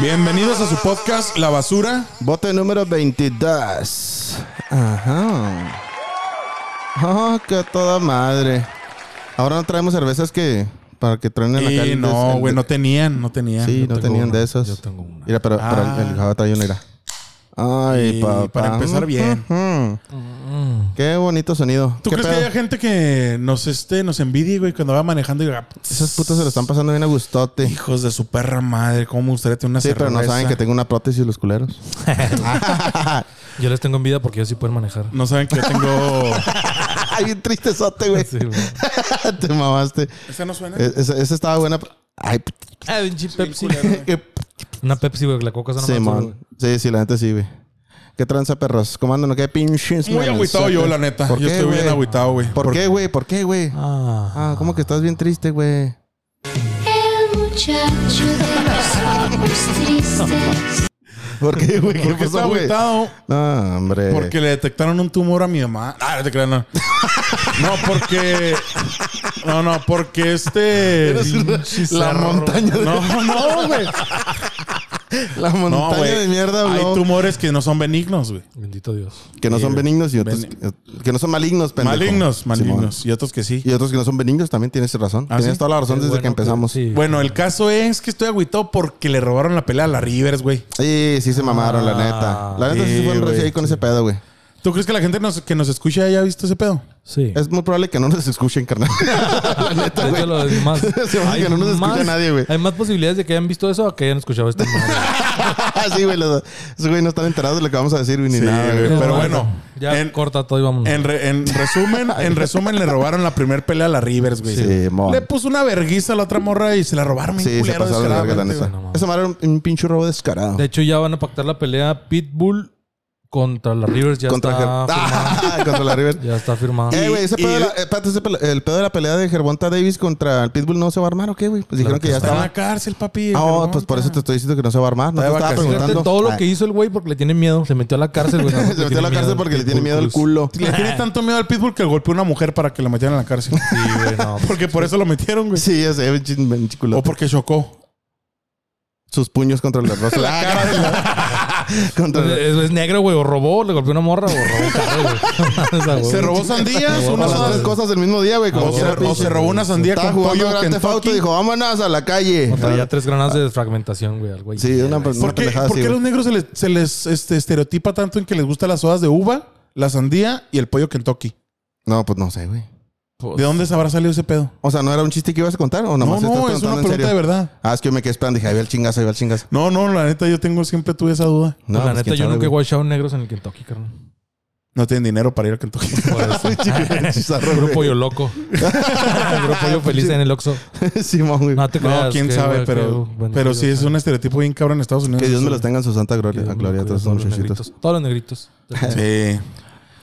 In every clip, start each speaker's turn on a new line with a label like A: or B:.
A: Bienvenidos a su podcast La Basura.
B: Bote número 22. Ajá. Oh, qué toda madre. Ahora no traemos cervezas que. Para que traen en la calle.
A: Y no, güey, no tenían, no tenían.
B: Sí, no tenían de esas.
C: Yo tengo una.
B: Mira, pero, pero el- el Java trae una, mira. Ay,
A: Ah. Y
B: papá.
A: para empezar bien.
B: Ujú. Qué bonito sonido.
A: ¿Tú
B: ¿Qué
A: crees
B: pedo?
A: que haya gente que nos este, nos envidie, güey, cuando va manejando y diga,
B: Esos putos se lo están pasando bien a gustote. Sí,
A: hijos de su perra madre, cómo me gustaría tener una cerveza?
B: pero no saben que tengo una prótesis los culeros.
C: Yo les tengo envidia porque yo sí puedo manejar.
A: No saben que yo tengo...
B: Ay, bien tristezote, güey.
C: Sí, güey.
B: Te mamaste.
A: ¿Esa no suena?
B: E- Esa, esa estaba buena. Ay, p-
C: Pepsi.
B: qué
C: Una Pepsi, güey. La coca suena más azul,
B: Simón. Sí, sí, la gente sí, güey. ¿Qué tranza, perros? ¿Cómo andan? ¿Qué pinches?
A: Muy
B: manos?
A: agüitado yo, la neta.
B: ¿Por
A: Yo
B: qué,
A: estoy bien
B: güey?
A: agüitado, güey.
B: ¿Por, qué, güey? ¿Por qué, güey?
C: güey. Ah.
B: Ah, ¿cómo que estás bien triste, güey?
D: El muchacho de los ojos tristes.
B: ¿Por qué, güey? ¿Qué
A: ¿Por qué está
B: pasó, güey?
A: agüitado?
B: No, hombre.
A: Porque le detectaron un tumor a mi mamá. Ah, no te creas, no. No, porque... No, no, porque este...
B: la montaña de,
A: No, no, güey.
B: la montaña
A: No, güey.
B: de mierda,
A: Hay
B: habló.
A: tumores que no son benignos, güey.
C: Bendito Dios.
B: Que no son benignos y otros... Que no son malignos, pendejo.
A: Malignos,
B: Simón.
A: malignos. Y otros que sí.
B: Y otros que no son benignos también tienes razón.
A: ¿Ah,
B: tienes
A: sí?
B: toda la razón
C: Qué
B: desde
C: bueno
B: que empezamos. Sí,
C: sí.
A: Bueno, el caso es que estoy agüitado porque le robaron la pelea a la Rivers, güey.
B: sí, se mamaron, la neta. La neta
A: Ah,
B: sí,
A: sí,
B: se fueron
A: güey,
B: recio ahí con ese pedo, güey.
A: ¿Tú crees que la gente nos- que nos escucha haya visto ese pedo?
C: Sí.
B: Es muy probable que no nos escuchen, carnal.
C: De hecho, lo demás.
B: Se me hace que no nos escucha nadie, güey.
C: Hay más posibilidades de que hayan visto eso a que hayan escuchado este esto.
B: Ah, sí, güey. los- Esos güey no están enterados de lo que vamos a decir, güey, ni
A: Sí,
B: nada, güey.
A: güey. Pero bueno,
C: Ya
A: en-
C: corta todo y vámonos.
A: En, re- en resumen, en resumen le robaron la primera pelea a la Rivers, güey.
B: Sí, mon.
A: le puso una verguiza a la otra morra y se la robaron. bien
B: Sí, se
A: culero,
B: pasaron de verga, la
A: descaradamente,
B: neta.
A: güey.
C: güey.
B: Esa madre era un, un pinche robo descarado.
C: De hecho, ya van a pactar la pelea Pitbull contra la Rivers. Ya
B: contra
C: está
B: Ger-
C: firmada.
B: Ah, contra la River.
C: Ya está firmada.
B: Eh, güey, ese
A: Y-
B: pedo de la- eh, espérate, ese pel- el pedo de la pelea de Gervonta Davis contra el Pitbull no se va a armar, ¿o qué, güey? Pues dijeron
C: que
B: que ya
A: Está en
B: estaba.
A: la cárcel, papi.
B: Ah, oh,
A: Germán,
B: pues por eso te estoy diciendo que no se va a armar.
A: Está
B: No te
A: de
B: estaba
A: vacaciones.
C: Fíjate
B: preguntando.
C: todo lo
B: Ay,
C: que hizo el güey porque le tiene miedo. Se metió a la cárcel, güey. pues,
B: Se metió a la cárcel porque le tiene miedo al culo.
A: Le tiene tanto miedo al pitbull que golpeó a una mujer para que la metieran a la cárcel. Sí, güey, no. Porque por eso lo metieron, güey.
B: pues Sí, ya sé, un chin- un chiculote.
A: O porque chocó.
B: Sus puños contra el rostro. la cara de la- contra el-
C: Es, es negro, güey. O robó, le golpeó una morra o robó un carro, güey. O sea, güey.
A: Se robó sandías,
B: O
A: una
B: las tres
A: soda-
B: cosas del mismo día, güey. como
A: O se,
B: quiera,
A: o
B: pinche.
A: se robó una sandía
B: Estaba
A: con
B: jugando
A: pollo
B: Grand
A: Kentucky.
B: Theft Auto y dijo, "Ah, vámonos a la calle.
C: O traía tres granadas de desfragmentación, güey. Algo ahí. Pues,
B: Sí, una, una
A: ¿Por qué,
B: pendejada
A: por
B: así,
A: qué a los
B: güey.
A: negros se les, se les, este, estereotipa tanto en que les gustan las sodas de uva, la sandía y el pollo Kentucky?
B: No, pues no sé, güey.
C: Pues,
A: ¿De dónde se habrá salido ese pedo?
B: O sea, ¿no era un chiste que ibas a contar? ¿O
A: No,
B: nomás estás
A: no, es
B: preguntando
A: una
B: en
A: pregunta
B: serio?
A: de verdad.
B: Ah, es que yo me quedé esperando. Dije, ahí va el chingazo, ahí va el chingazo.
A: No, no, la neta, yo tengo siempre tuve esa duda.
B: No,
C: la
B: pues,
C: neta,
B: quién
C: yo
B: sabe,
C: nunca he
B: güey.
C: guachado negros en el Kentucky, carnal.
A: No tienen dinero para ir al Kentucky.
C: Por eso.
B: Chizarro,
C: Puro
B: güey.
C: pollo loco. Puro pollo feliz en el Oxxo.
B: Simón, güey.
C: No te creas.
A: No, quién
C: qué
A: sabe,
C: güey,
A: pero,
C: qué buen
A: pero
C: rollo,
A: sí es un estereotipo bien cabrón en Estados Unidos.
B: Que Dios me los tenga en su santa gloria,
C: Dios
B: a
C: me
B: gloria a
C: cuide,
B: todos esos muchachitos.
C: negritos. Todos los negritos.
A: Sí.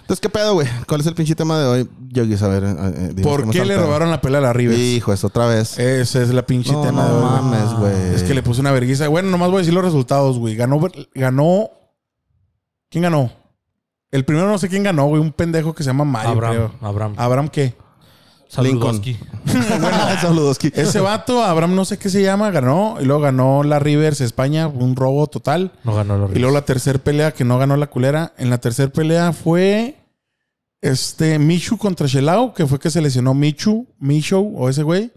B: Entonces, ¿qué pedo, güey? ¿Cuál es el pinche tema de hoy? Yo quiero saber. eh, eh, dinos
A: ¿Por
B: cómo
A: qué
B: está el
A: le
B: pedo.
A: robaron la pelea a la Rivers?
B: Hijo, eso otra vez.
A: Ese es la pinche
B: No,
A: tema de
B: no
A: hoy.
B: mames, güey.
A: Es que le puse una vergüenza. Bueno, nomás voy a decir los resultados, güey. Ganó, ganó. ¿Quién ganó? El primero no sé quién ganó, güey. Un pendejo que se llama Mario,
C: Abraham.
A: creo. Ah,
C: Abraham.
A: Abraham qué?
B: Lincoln.
C: Saludoski.
B: Saludos, Ki.
A: Ese vato, Abraham no sé qué se llama, ganó. Y luego ganó la Rivers España, un robo total.
C: No ganó los
A: Y luego la tercera pelea que no ganó la culera. En la tercera pelea fue este Michu contra Shelao, que fue que se lesionó Michu, Michu o ese güey.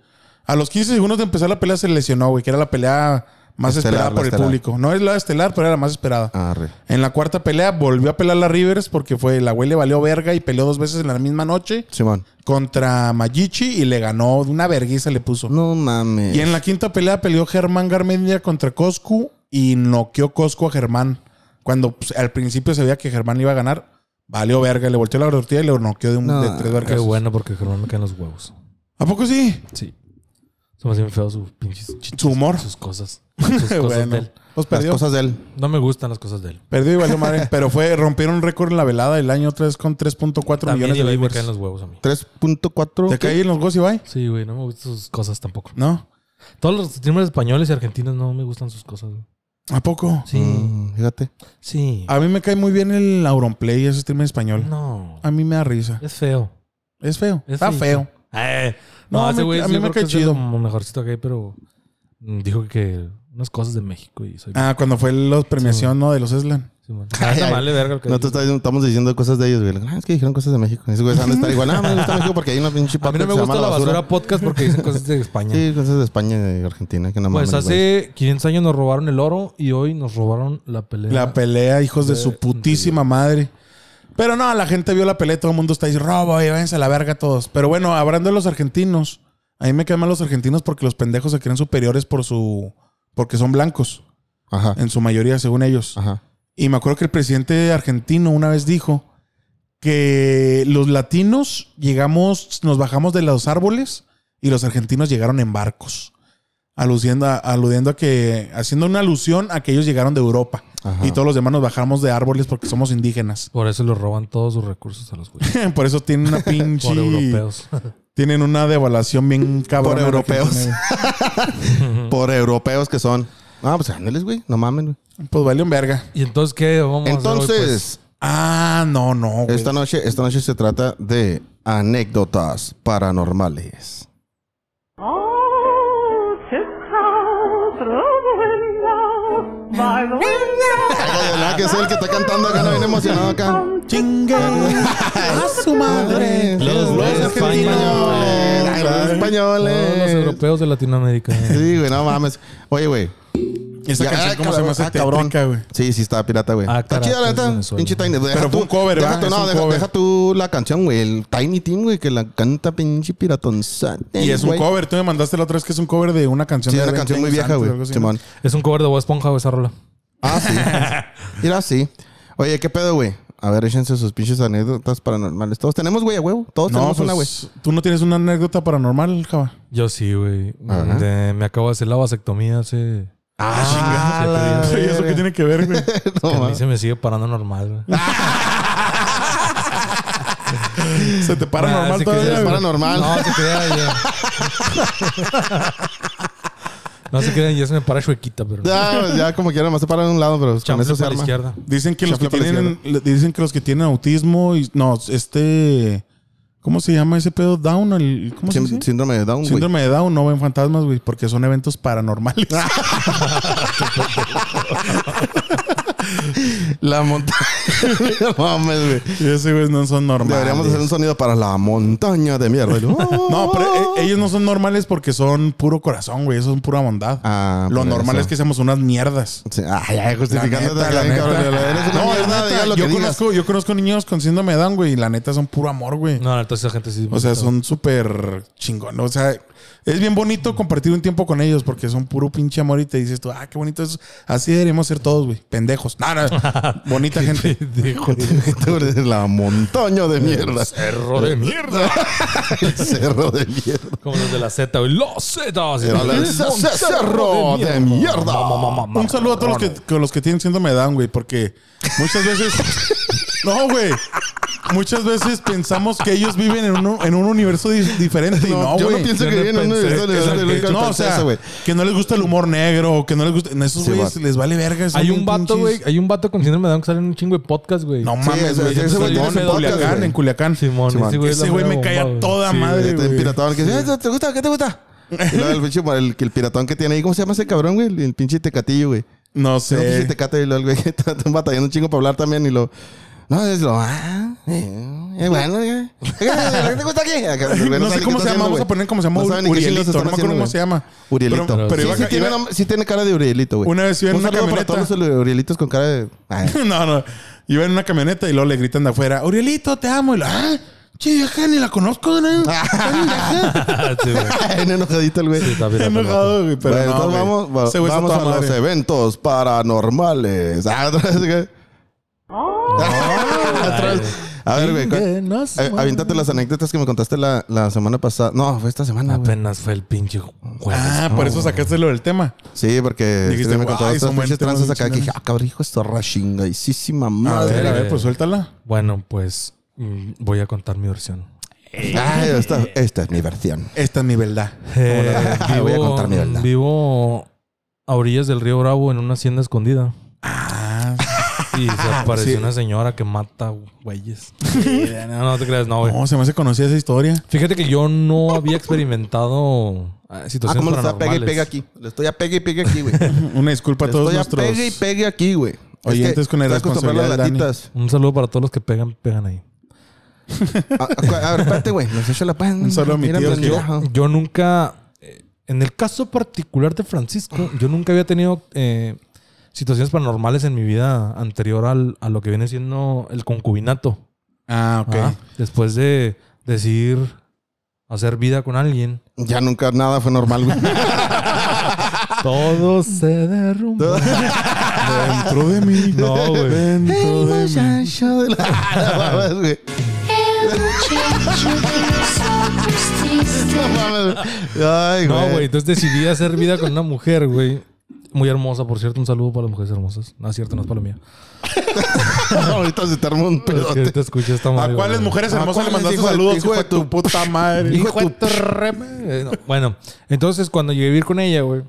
A: A los 15 segundos de empezar la pelea se lesionó, güey, que era la pelea más
B: Estelar,
A: esperada
B: la
A: por el
B: estelar. Ah.
A: público. No es la estelar, pero era la más esperada.
B: Arre.
A: En la cuarta pelea volvió a pelear la Rivers porque fue la güey le valió verga y peleó dos veces en la misma noche
B: Simón.
A: contra Mayichi y le ganó una vergüenza le puso.
B: No mames.
A: Y en la quinta pelea peleó Germán Garmendia contra Coscu y noqueó Coscu a Germán. Cuando pues, al principio se veía que Germán iba a ganar, valió verga, le volteó la tortilla y le noqueó de, un,
B: No,
A: de tres
C: Qué
A: vergas.
C: bueno porque Germán me caen los huevos.
A: ¿A poco sí?
C: Sí. Se me hacen feos sus pinches chichis,
A: Su humor.
C: Sus cosas. Sus cosas
A: bueno,
C: de él.
A: pues
B: Las
A: perdió.
B: cosas de él.
C: No me gustan las cosas de él.
A: Perdió y valió madre. Pero fue, rompieron récord en la velada del año 3 con 3.4
C: También
A: millones de
C: Ibai me caen
A: viewers.
C: los huevos a mí.
B: 3.4.
A: ¿Te caí en los gozos, Ibai?
C: Sí, güey, no me gustan sus cosas tampoco.
A: ¿No?
C: Todos los streamers españoles y argentinos no me gustan sus cosas. güey.
A: ¿A poco?
C: Sí.
B: Mm, Fíjate.
C: Sí.
A: A mí me cae muy bien el Auronplay, ese stream en español.
C: No.
A: A mí me da risa.
C: Es feo.
A: Es feo.
C: Es
A: Está
C: feito.
A: feo.
C: Eh,
A: No,
C: no,
A: a
C: ese
A: mí-
C: güey
A: a
C: a
A: mí me cae chido.
C: mejorcito que hay, pero mm, dijo que unas cosas de México y soy.
A: Ah, cuando fue la premiación, ¿no? De los Eslan.
C: Simón. Ah, está
B: ay.
C: mal de verga. lo que
B: No te
C: digo.
B: estás- estamos diciendo cosas de ellos, güey. Ah, es que dijeron cosas de México. Esos güeyes han de estar igual. Ah, me gusta México porque hay una pinche
C: A mí
B: podcast que
C: no me
B: se
C: gusta
B: llama
C: la basura. podcast porque dicen cosas de España.
B: Sí, cosas de España y Argentina que no
C: pues
B: mames, güey.
C: hace 500 años nos robaron el oro y hoy nos robaron la pelea.
A: La pelea, hijos de su putísima madre. Pero no, la gente vio la pelea, todo el mundo está diciendo, robo, y váyanse a la verga todos. Pero bueno, hablando de los argentinos, a mí me quedan mal los argentinos porque los pendejos se creen superiores por su. porque son blancos,
B: Ajá.
A: en su mayoría, según ellos.
B: Ajá.
A: Y me acuerdo que el presidente argentino una vez dijo que los latinos llegamos, nos bajamos de los árboles y los argentinos llegaron en barcos. Aludiendo a, aludiendo a que, haciendo una alusión a que ellos llegaron de Europa
B: Ajá.
A: y todos los demás nos bajamos de árboles porque somos indígenas.
C: Por eso les roban todos sus recursos a los güeyes.
A: Por eso tienen una pinche.
C: Por europeos.
A: Tienen una devaluación bien cabrona.
B: Por
A: en
B: europeos.
A: Argentina,
B: Por europeos que son. Ah, pues ándeles, güey. No mamen, güey.
A: güey. Pues vale un verga.
C: ¿Y entonces qué? Vamos a hacer hoy, pues,
B: Entonces,
A: Ah, no, no. güey.
B: esta noche, esta noche se trata de anécdotas paranormales.
E: Oh, sit down through the window, by the window.
B: Ay, la que es el que está cantando acá, no viene emocionado acá.
A: Chingue a su madre.
C: Los
A: argentinos.
B: españoles. Los
C: Todos los
B: españoles.
C: europeos de Latinoamérica.
B: Sí, güey, no mames. Oye, güey.
A: Esa
B: Ya,
A: canción, ¿cómo se llama?
B: cabrón, ah, cabrón.
A: tétrica, güey.
B: Sí, sí, estaba pirata, güey.
C: Ah,
B: está
C: carajo,
B: chida, la
C: es
B: neta.
C: Venezuela.
B: Pinche Tiny. Deja
A: Pero fue un cover,
B: deja
A: ¿verdad?
B: tú-
A: Es
B: no,
A: un
B: deja,
A: cover.
B: deja tú la canción, güey. El Tiny Team, güey, que la canta pinche piratonza.
A: Y es un
B: güey.
A: cover. Tú me mandaste la otra vez que es un cover de una canción.
B: Sí,
A: de
B: es una
A: 20
B: canción muy
A: años
B: vieja,
A: antes,
B: güey.
A: algo así, ¿no?
B: Simón.
C: Es un cover de Bob Esponja o esa rola.
B: Ah, sí. Mira, sí. Oye, ¿qué pedo, güey? A ver, échense sus pinches anécdotas paranormales. Todos tenemos, güey, a huevo. Todos
A: No,
B: tenemos
A: pues,
B: una, güey.
A: Tú no tienes una anécdota paranormal, Java.
C: Yo sí, güey.
B: Ajá.
C: De- Me acabo de hacer la vasectomía hace...
B: Ah, la
C: siete
A: ¿Y
C: días.
A: eso qué tiene que ver, güey?
C: Que
B: No,
C: a
B: ma.
C: mí se me sigue parando normal, güey.
A: Se te
C: Ah,
A: paranormal
C: sí que
A: todavía.
C: se
A: güey.
C: para-
B: Paranormal.
C: No, se crea ya. no se crean, ya se me para chuequita, pero...
B: Ya, pues, ya como quiera, más se paran en un lado, pero con
C: Chanfle
B: eso se
C: para la
B: arma.
C: izquierda.
A: Dicen que los que
B: Chafla para la
A: tienen le- dicen que los que tienen autismo y no, este ¿cómo se llama ese pedo down? El, ¿Cómo se
B: Sí-
A: dice?
B: Síndrome de Down, güey.
A: Síndrome de Down no ven fantasmas, güey, porque son eventos paranormales.
B: Ah. La montaña. No mames, güey.
A: y ese güey no son normales.
B: Deberíamos hacer un sonido para la montaña de mierda.
A: No, pero eh, ellos no son normales porque son puro corazón, güey, eso es pura bondad.
B: Ah,
A: Lo
B: por
A: normal
B: eso.
A: es que seamos unas mierdas.
B: Sí, Ay, ay, justificándote
A: La neta,
B: acá,
A: la
B: cabrón,
A: neta.
B: eres una
A: No, es
B: mierda,
A: neta,
B: digas lo que
A: yo
B: digas.
A: conozco, yo conozco niños con síndrome de Down, güey, y la neta son puro amor, güey.
C: No, entonces esa gente sí...
A: O sea, son súper chingón. O sea, es bien bonito compartir un tiempo con ellos porque son puro pinche amor y te dices tú, ah, qué bonito es. Así deberíamos ser todos, güey. Pendejos. No, no. Bonita gente.
C: Dijo,
B: Tú eres la montaña de mierda.
C: cerro de mierda.
B: El cerro de mierda.
C: Como los de la Z, güey. Los Z. así.
B: Era el ce- cerro de mierda.
C: Ma, ma, ma, ma.
A: Un saludo a todos los que, con los que tienen síndrome de Down, güey, porque muchas veces. No, güey. Muchas veces pensamos que ellos viven en un, en un universo di- diferente. y no,
B: yo no
A: güey.
B: pienso
C: yo
B: que
C: no
B: viene en un
C: pensé
B: universo
C: que-
B: de- de- de-
A: Que-
B: de-
A: no, o
B: de-
A: sea,
B: eso, güey.
A: que no les gusta el humor negro, que no les gusta. A esos
B: Sí,
A: güeyes
B: va.
A: les vale verga. son
C: Hay un
A: bien
C: vato,
A: pinches.
C: güey. Hay un vato con síndrome de Down que sale en un chingo de podcast, güey.
A: No mames,
B: ese-
A: güey.
B: ese
A: Ese güey
B: güey
A: en
B: tiene su podcast,
A: Culiacán,
B: güey.
A: en Culiacán.
C: Simón,
B: Simón.
C: ese güey, es la
A: Ese güey
C: mera
A: me cae
C: bomba,
A: a toda
C: güey. Sí,
A: madre,
C: güey.
B: Este, El
A: güey.
B: piratón que dice, "Eh, ¿te gusta? ¿Qué te gusta? Y luego el pinche el, el piratón que tiene ahí, ¿cómo se llama ese cabrón, güey? El, el pinche tecatillo, güey.
A: No
B: Tiene Un pinche
A: sé.
B: tecate y luego el güey que está está batallando un chingo para hablar también y lo. No, es lo. Ah, eh, eh, bueno, eh. ¿Qué te gusta aquí? Acá, el güey
A: No
B: sabe
A: sé
B: qué
A: cómo
B: está
A: se llama,
B: haciendo,
A: vamos
B: güey.
A: a poner cómo se llama
B: No sabe ni qué chingados
A: Urielito,
B: están
A: no me acuerdo
B: haciendo,
A: cómo se llama.
B: Urielito.
A: Pero, pero
B: sí,
A: iba,
B: sí,
A: iba-
B: tiene, nom- sí tiene cara de Urielito, güey.
A: Una vez iba en
B: Un
A: una
B: saludo para
A: camioneta.
B: todos los Urielitos con cara de. Ay,
A: No, no. Iba en una camioneta y luego le gritan de afuera, Urielito, te amo. Y lo, ah, che, yo acá ni la conozco, ¿no?
C: Ah, Sí, güey.
B: en enojadito el güey.
C: Está bien,
A: Enojado, güey. Pero
B: Bueno,
A: no,
B: entonces
A: güey.
B: vamos, va-
A: Ese güey está
B: vamos a
A: toda
B: los
A: madre.
B: eventos paranormales. Ah, otra vez, güey. Otra vez. A ver, güey. ¿cuál- eh, Avíntate las anécdotas que me contaste la, la semana pasada. No, fue esta semana, güey.
C: Apenas fue el pinche jueves.
A: Ah, por eso sacaste lo del tema.
B: Sí, porque
A: Dijiste,
B: este me
A: "Ay,
B: contó
A: son
B: estas
A: buen
B: pinches
A: tema,
B: tranzas
A: bien
B: acá que dije,
A: chingones.
B: ah, cabrón, hijo, esto rachingaisísima
A: A
B: madre.
A: ver, a ver,
C: eh.
A: pues suéltala.
C: Bueno, pues mm, voy a contar mi versión.
B: Ay, esta, esta es mi versión.
A: Esta es mi verdad.
C: Eh, vivo,
B: Voy a contar mi verdad.
C: vivo a orillas del río Bravo en una hacienda escondida.
A: Ah,
C: Y se apareció
A: Sí.
C: una señora que mata güeyes. No, no te creas, no, güey.
A: No, se me hace conocida esa historia.
C: Fíjate que yo no había experimentado ah,
B: Ah,
C: situaciones
B: ¿cómo le está pegue
C: paranormales.
B: y pega aquí? Le estoy a pegue y pegue aquí, güey.
A: Una disculpa a
B: Le
A: todos
B: estoy a
A: nuestros.
B: pegue y pegue aquí, güey. Es que
A: oyentes con
B: estoy acostumbrado a las
A: irresponsabilidad,
B: latitas.
C: Un saludo para todos los que pegan, pegan ahí.
B: A, a- a ver, espérate, güey. Nos echa la pan.
A: Un saludo a mi
B: Mira,
A: tío
B: pues,
A: que-
B: yo-
C: Yo nunca, eh, en el caso particular de Francisco, yo nunca había tenido eh, situaciones paranormales en mi vida anterior al, a lo que viene siendo el concubinato.
A: Ah, ok.
C: Ajá. Después de decir hacer vida con alguien,
B: Ya nunca nada fue normal, güey. Ah.
C: todo se derrumbó.
A: Dentro de mí.
C: No, güey.
A: Dentro de mí.
B: Muchacho de la- No mames, güey.
D: El muchacho de los ojos
B: No
D: tristes.
B: mames, güey. Ay,
C: No, güey. Entonces decidí hacer vida con una mujer, güey. Muy hermosa, por cierto. Un saludo para las mujeres hermosas. No es cierto, no es para la mía.
B: Ahorita se te armó un
C: Pero es que
B: pedote.
C: te escuché esta
A: ¿A
C: madre.
A: cuáles
C: güey.
A: mujeres
B: ¿A
A: hermosas le
B: cuáles,
A: mandaste
B: hijo de-
A: saludos?
B: hijo
A: Hijo de
B: de
A: tu puta madre.
B: Hijo de tu-
C: Eh, no. Bueno, entonces cuando llegué a vivir con ella, güey,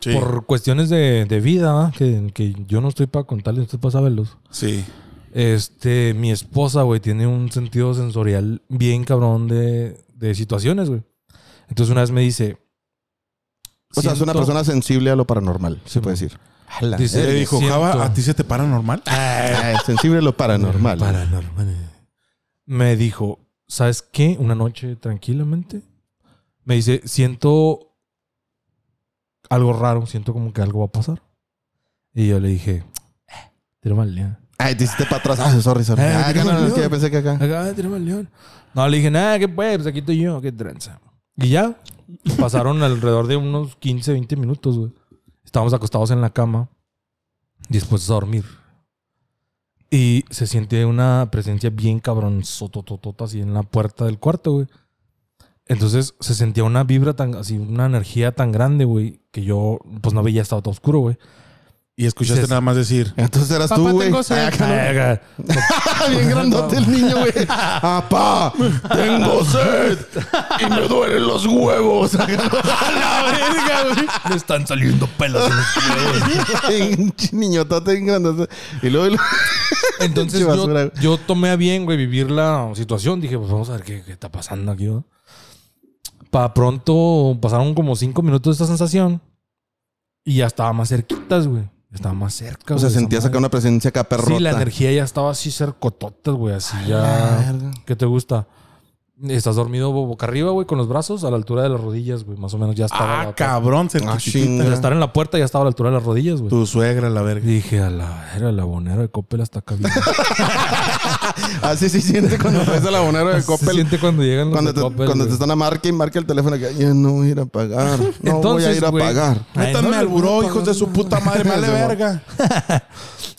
A: Sí.
C: por cuestiones de, de vida, ¿va? que, que yo no estoy para contarles, usted para saberlos.
A: Sí.
C: Este, mi esposa, güey, tiene un sentido sensorial bien cabrón de, de situaciones, güey. Entonces una vez me dice.
B: O sea, es una
C: siento-
B: persona sensible a lo paranormal,
C: Sí,
B: se puede decir.
C: Dice-
A: Le dijo,
C: siento-
A: Java, ¿a ti se te para normal?
B: Ah, es sensible a lo paranormal.
C: Paranormal. Me dijo, ¿sabes qué? Una noche tranquilamente. Me dice, siento algo raro, siento como que algo va a pasar. Y yo le dije, "Eh, tírame al león.
B: Ay, te hiciste para atrás. Ah, sorry, sorry.
C: Eh,
B: Ah,
C: ¿qué
B: acá no,
C: pasó?
B: no, es que yo pensé que acá.
C: Acá, tírame al león. No, le dije, nada, que pues, aquí estoy yo, qué tranza. Y ya, pasaron alrededor de unos 15, 20 minutos, güey. Estábamos acostados en la cama, dispuestos a dormir. Y se siente una presencia bien cabrón, sotototota, así en la puerta del cuarto, güey. Entonces se sentía una vibra tan, así, una energía tan grande, güey, que yo, pues no veía, estaba todo oscuro, güey.
A: Y escuchaste
C: Dices-
A: nada más decir.
B: Entonces eras tú,
A: Papá,
B: güey.
A: tengo sed.
B: Ah, acá no.
C: Verga.
B: Ah, bien grandote el niño, güey. ¡Apá! ¡Tengo sed! ¡Y me duelen los huevos!
C: Me están saliendo pelos en los pies, güey.
B: Pinche niñotote bien grandote. Y luego... y luego-
C: Entonces
B: Pinche basura,
C: yo,
B: güey.
C: yo tomé a bien, güey, vivir la situación. Dije, pues vamos a ver qué, qué está pasando aquí, ¿no? Para pronto pasaron como cinco minutos de esta sensación y ya estaba más cerquitas, güey. Estaba más cerca.
B: O sea,
C: güey, esa
B: sentías acá
C: madre.
B: una presencia acá perrota. Ah,
C: Sí, la energía ya estaba así cercototas, güey. Así ya.
B: Verga.
C: ¿Qué te gusta? Estás dormido bo- boca arriba, güey, con los brazos a la altura de las rodillas, güey. Más o menos ya estaba.
A: Ah,
C: la-
A: cabrón, se
B: Ah,
A: te
B: chinga.
C: de estar en la puerta ya estaba a la altura de las rodillas, güey.
A: Tu suegra, la verga.
C: Dije, a la era la bonera de Coppel hasta acá. bien".
B: Así se Ah, siente cuando traes el abonero de
C: Se
B: Coppel.
C: siente cuando llegan los
B: Cuando,
C: de
B: te,
C: Coppel,
B: cuando te
C: güey.
B: están a marca y marca el teléfono que ya no voy a ir a pagar. No voy a ir a
C: güey,
B: pagar.
C: ay,
A: Métanme
C: no,
A: al
C: no,
A: buró,
C: no,
A: hijos de su
C: no,
A: puta madre. Me vale
B: Sí, güey.
A: verga.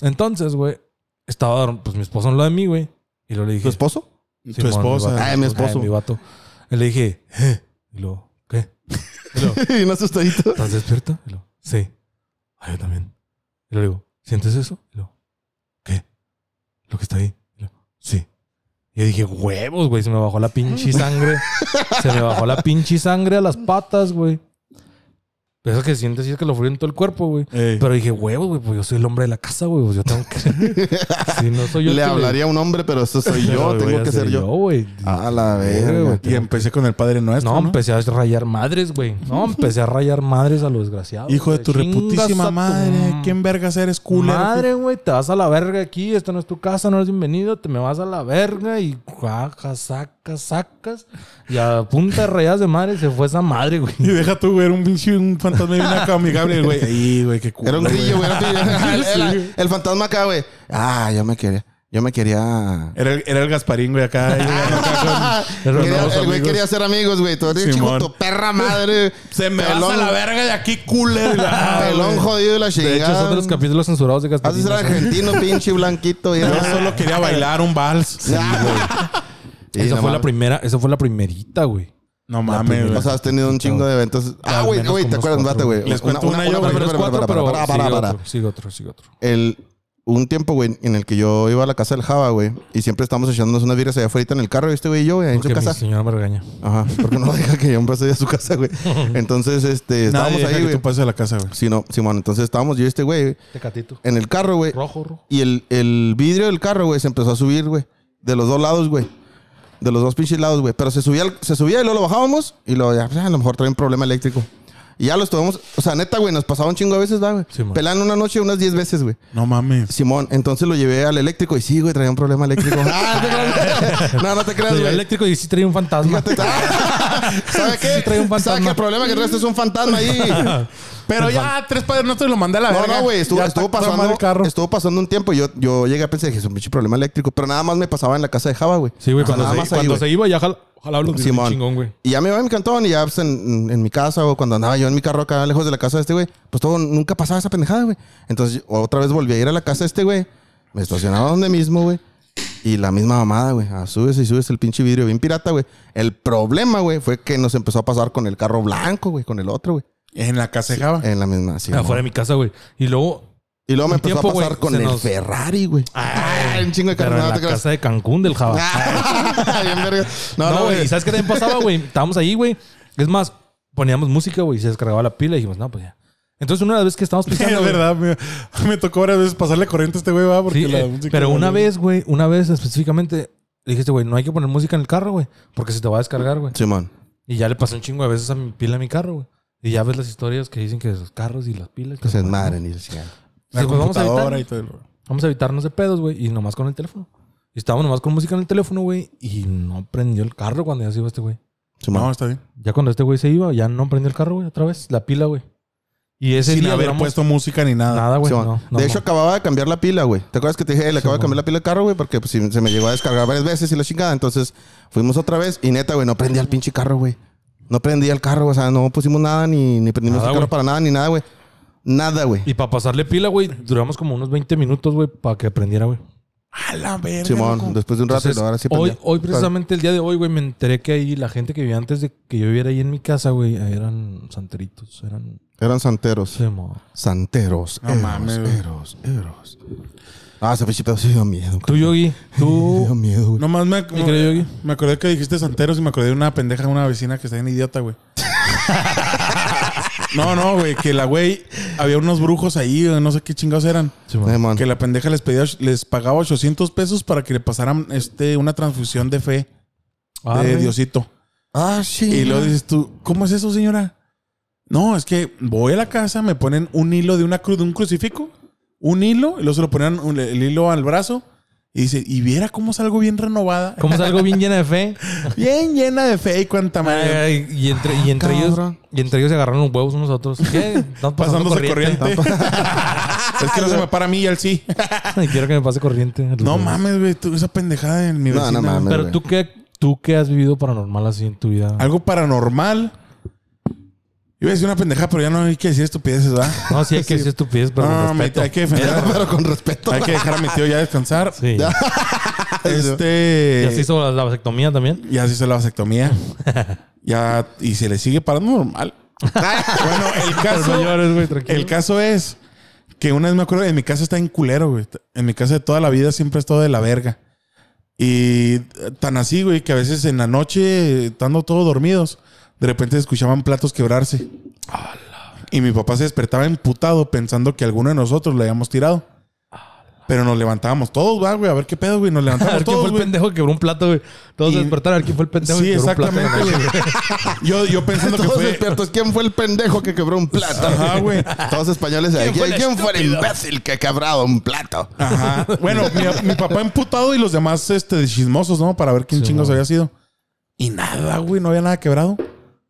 C: no. Entonces, güey, estaba, dorm- pues mi esposo en lo de mí, güey. Y luego le dije.
B: Pues, ¿Tu esposo?
A: Tu esposa.
B: Ay, mi esposo.
C: mi vato. Y le dije, ¿eh? Y luego, ¿qué? Y luego,
B: y un asustadito.
C: ¿estás despierto? Y luego, sí. Ah, yo también. Y luego le digo, ¿sientes eso? Y luego, ¿qué? Lo que está ahí. Y luego, sí. Y yo dije, huevos, güey. Se me bajó la pinche sangre. se me bajó la pinche sangre a las patas, güey. Eso que sientes y es que lo frío en todo el cuerpo, güey.
A: Ey.
C: Pero dije, huevos, güey, pues yo soy el hombre de la casa, güey. Pues yo tengo que. si no soy yo. el
B: Le
C: que
B: hablaría a un hombre, pero eso soy
C: pero
B: yo.
C: voy
B: Tengo
C: a
B: que ser yo. Ah,
C: güey.
B: A la
C: Verga,
B: verga.
C: güey.
A: Y empecé con el Padre Nuestro.
C: No, pues,
A: No,
C: empecé a rayar madres, güey. No, empecé a rayar madres a los desgraciados.
A: Hijo de tu
C: Chingas a
A: reputísima
C: tu
A: madre. ¿Quién vergas eres, culero?
C: Madre, güey, te vas a la verga aquí, esta no es tu casa, no eres bienvenido, te me vas a la verga y sacas, sacas, sacas. Y a punta de rayas de madre se fue esa madre, güey.
A: Y deja tú, güey, era un pinche un fantasma bien acá amigable, güey. Ahí, güey, qué culo.
B: Era un grillo, güey. era un grillo. El, el-
A: Sí.
B: el fantasma acá, güey. Ah, yo me quería. Yo me quería.
A: Era el, era el Gasparín, güey, acá. ahí llegando acá con-
C: Era
A: con
B: Quería-
A: los
B: el güey
A: amigos.
B: quería ser amigos, güey. Tú eres chico,
A: Simón.
B: tu perra madre.
A: Se me Ah, vas
B: Pelón-
A: a la verga de aquí, culero.
B: Pelón jodido y la chingada.
C: De hecho, son de los capítulos censurados de
B: Haces ser
C: Gasparino.
B: argentino, pinche blanquito. Y
A: Yo solo quería bailar un vals.
B: Y
C: Esa
B: no
C: fue la
B: mames.
C: primera, esa fue la primerita, güey.
A: No mames, güey.
B: O sea, has tenido un chingo de eventos. Ah,
C: Al
B: güey,
C: menos
B: güey,
C: como
B: ¿te
C: unos
B: acuerdas?
C: cuatro,
B: Espérate, güey.
A: güey. Les cuento una yo,
C: Bueno,
A: güey.
C: pero es
B: para,
C: cuatro,
B: para,
C: pero
B: para, para,
C: sigue
B: para.
C: otro, sigue otro, sigue otro.
B: El, hubo un tiempo, güey, en el que yo iba a la casa del Java, güey, y siempre estábamos echándonos unas birras allá afuera en el carro, este güey y yo, güey, en su
C: Porque mi
B: casa.
C: señora me regaña.
B: Ajá, porque no deja que yo me pase a su casa, güey. Entonces, este, estábamos
A: Nadie deja
B: ahí,
A: que
B: güey.
A: tú pases a la casa, güey.
B: Sí, no, Simón, entonces estábamos yo y este güey
C: Tecatito.
B: en el carro, güey.
C: Rojo, rojo.
B: Y el, el vidrio del carro, güey, se empezó a subir, güey. De los dos lados, güey. De los dos pinches lados, güey. Pero se subía, el- se subía y luego lo bajábamos. Y luego ya, "Ah, a lo mejor trae un problema eléctrico. Y ya lo estuvimos. O sea, neta, güey, nos pasaba un chingo a veces, ¿va, güey.
C: Simón.
B: Pelan una noche unas 10 veces, güey.
A: No mames.
B: Simón, entonces lo llevé al eléctrico y sí, güey, traía un problema eléctrico. Ah, no te creas. no, no te
C: Pero
B: creas,
C: yo
B: güey.
C: eléctrico y sí traía un fantasma.
B: Fíjate, ah, ¿Sabe qué?
C: Sí, trae un fantasma.
B: ¿Sabe qué? El problema que traes es un fantasma ahí.
A: Pero ya, tres padres no te lo mandé a la
B: No,
A: verga.
B: no, güey, estuvo,
A: Ya
B: estuvo
A: está toda madre
B: pasando,
A: el carro.
B: estuvo pasando un tiempo y yo, yo llegué a pensar que es un pinche problema eléctrico, pero nada más me pasaba en la casa de Java, güey.
C: Sí, güey,
B: O sea,
C: cuando,
B: nada
C: se,
B: más ahí,
C: cuando
B: güey.
C: se iba ya jal- jalaba los
B: Simón.
C: chingón, güey.
B: Y ya me iba a mi cantón y ya pues, en, en mi casa o cuando andaba yo en mi carro acá lejos de la casa de este güey, pues todo nunca pasaba esa pendejada, güey. Entonces otra vez volví a ir a la casa de este güey, me estacionaba donde mismo, güey. Y la misma mamada, güey. Ah, subes y subes el pinche vidrio bien pirata, güey. El problema, güey, fue que nos empezó a pasar con el carro blanco, güey, con el otro, güey.
A: En la casa de Java.
B: En la misma, sí.
C: Afuera de mi casa, güey. Y luego,
B: Y luego me
C: Un
B: empezó a
C: tiempo,
B: pasar
C: güey,
B: con
C: se
B: el
C: nos- Ah.
B: Ferrari, güey. Ay, Ah, un chingo de
C: pero
B: carro.
C: en
B: No,
C: la
B: te creas.
C: casa de Cancún del Java.
B: Bien verga. No, eh.
C: No,
B: no,
C: güey.
B: güey.
C: ¿Y sabes qué también pasaba, güey? Estábamos ahí, güey. Es más, poníamos música, güey, y se descargaba la pila y dijimos, no, pues ya. Entonces, una de las veces que estábamos pisando.
A: Es
C: güey,
A: verdad, me, me tocó varias veces pasarle corriente a este güey, va, porque
C: sí,
A: la
C: eh,
A: música
C: pero una
A: vale.
C: vez, güey, una vez específicamente, le dijiste, güey, no hay que poner música en el carro, güey, porque se te va a descargar, güey.
B: Simón.
C: Y ya le pasó un chingo de veces a mi pila a mi carro, güey. Y ya ves las historias que dicen que los carros y las pilas.
B: Que se
C: Sí,
B: desmadren y el cigarro.
A: La
C: pues vamos a evitar,
A: computadora y todo. el-
C: vamos a evitarnos de pedos, güey, y nomás con el teléfono. Y estábamos nomás con música en el teléfono, güey, y no prendió el carro cuando ya se iba este güey.
B: Simón.
A: No, está bien.
C: Ya cuando este güey se iba, ya no prendió el carro, güey, otra vez, la pila, güey. Y ese
A: Sin
C: día
A: haber
C: duramos-
A: puesto música ni nada.
C: nada, güey.
B: Simón.
C: no, no,
B: de hecho,
C: no.
B: acababa de cambiar la pila, güey. ¿Te acuerdas que te dije, "Eh, le acabo de cambiar la pila al carro, güey? Porque pues, sí, se me llegó a descargar varias veces y la chingada. Entonces fuimos otra vez y neta, güey, no prendía el pinche carro, güey. No prendía el carro, o sea, no pusimos nada ni, ni prendimos
C: Nada,
B: el carro
C: güey.
B: para nada ni nada, güey. Nada, güey.
C: Y para pasarle pila, güey, duramos como unos 20 minutos, güey, para que prendiera, güey.
A: A la verga.
B: Simón,
A: loco.
B: después de un rato,
C: Entonces,
B: ahora sí
C: hoy,
B: prendía.
C: hoy precisamente el día de hoy, güey, me enteré que ahí la gente que vivía antes de que yo viviera ahí en mi casa, güey, eran santeritos, eran...
B: Eran santeros.
C: se mo-
B: Santeros.
A: No mames, güey.
B: Eros, eros. Ah, ese pinche pedo sí dio miedo.
C: Tú, Yogi,
B: Sí dio
C: tú...
B: miedo, güey.
A: Nomás me,
C: Mi querido Yogi.
A: me acordé que dijiste santeros y me acordé de una pendeja, una vecina que está bien idiota, güey. no, no, güey, que la güey, había unos brujos ahí, güey, no sé qué chingados eran.
C: se mo-
B: Eh, man.
A: Que la pendeja les pedía, les pagaba 800 pesos para que le pasaran este, una transfusión de fe
C: Ah,
A: de
C: güey.
A: Diosito.
B: Ah, sí.
A: Y luego dices tú, ¿cómo es eso, señora? No, es que voy a la casa, me ponen un hilo de una cruz, de un crucifijo, un hilo, y luego se lo ponían un- el hilo al brazo. Y dice, y viera cómo salgo bien renovada,
C: ¿Cómo salgo bien llena de fe?
A: bien llena de fe y
C: Ah,
A: cuánta madre.
C: Ay, y entre, y entre ellos
B: cabrón.
C: y entre ellos se agarraron los huevos unos a otros. ¿Qué? Están pasando
A: Pasándose
C: corriente.
A: corriente. es que no se me para a mí y al sí.
C: Y quiero que me pase corriente.
A: No mames, güey, tú, esa pendejada en mi
B: No, no
A: vecina.
B: mames.
C: Pero
B: güey.
C: tú qué, tú qué has vivido paranormal así en tu vida.
A: Algo paranormal. Iba a decir una pendejada, pero ya no hay que decir estupideces, ¿verdad?
C: No, sí hay que
A: Sí.
C: decir estupidez, pero
A: No,
C: con
A: mi-
C: respeto.
A: hay que defender. a-
B: Pero con respeto.
A: Hay que dejar a mi tío ya descansar.
C: Sí.
A: Este.
C: ¿Y así hizo la, la vasectomía también?
A: Ya se hizo la vasectomía. ya, y se le sigue parando normal. bueno, el
C: Pero no
A: caso,
C: llores, güey, tranquilo.
A: el caso es que una vez me acuerdo, en mi casa está en culero, güey. En mi casa de toda la vida siempre es todo de la verga. Y eh, tan así, güey, que a veces en la noche, eh, estando todos dormidos, de repente escuchaban platos quebrarse. Y mi papá se despertaba emputado pensando que alguno de nosotros le habíamos tirado. Pero nos levantábamos todos, va, güey, a ver qué pedo, güey. Nos
C: A ver
A: levantábamos
C: quién
A: todos,
C: fue el
A: güey.
C: pendejo que quebró un plato, güey. Todos
A: Y-
C: se despertaron. A ver quién fue el pendejo
A: Sí,
C: que quebró un plato.
A: exactamente, güey. Yo, yo pensando que
B: Todos
A: fue...
B: despiertos. ¿Quién fue el pendejo que quebró un plato?
A: Ajá, güey.
B: Todos españoles. ¿Quién,
C: fue
B: ¿quién,
C: el
B: fue el imbécil que quebró un plato?
A: Ajá. Bueno, mi, mi papá emputado y los demás este, de chismosos, ¿no? Para ver quién
C: Sí,
A: chingos
C: güey.
A: había sido. Y nada, güey, no había nada quebrado.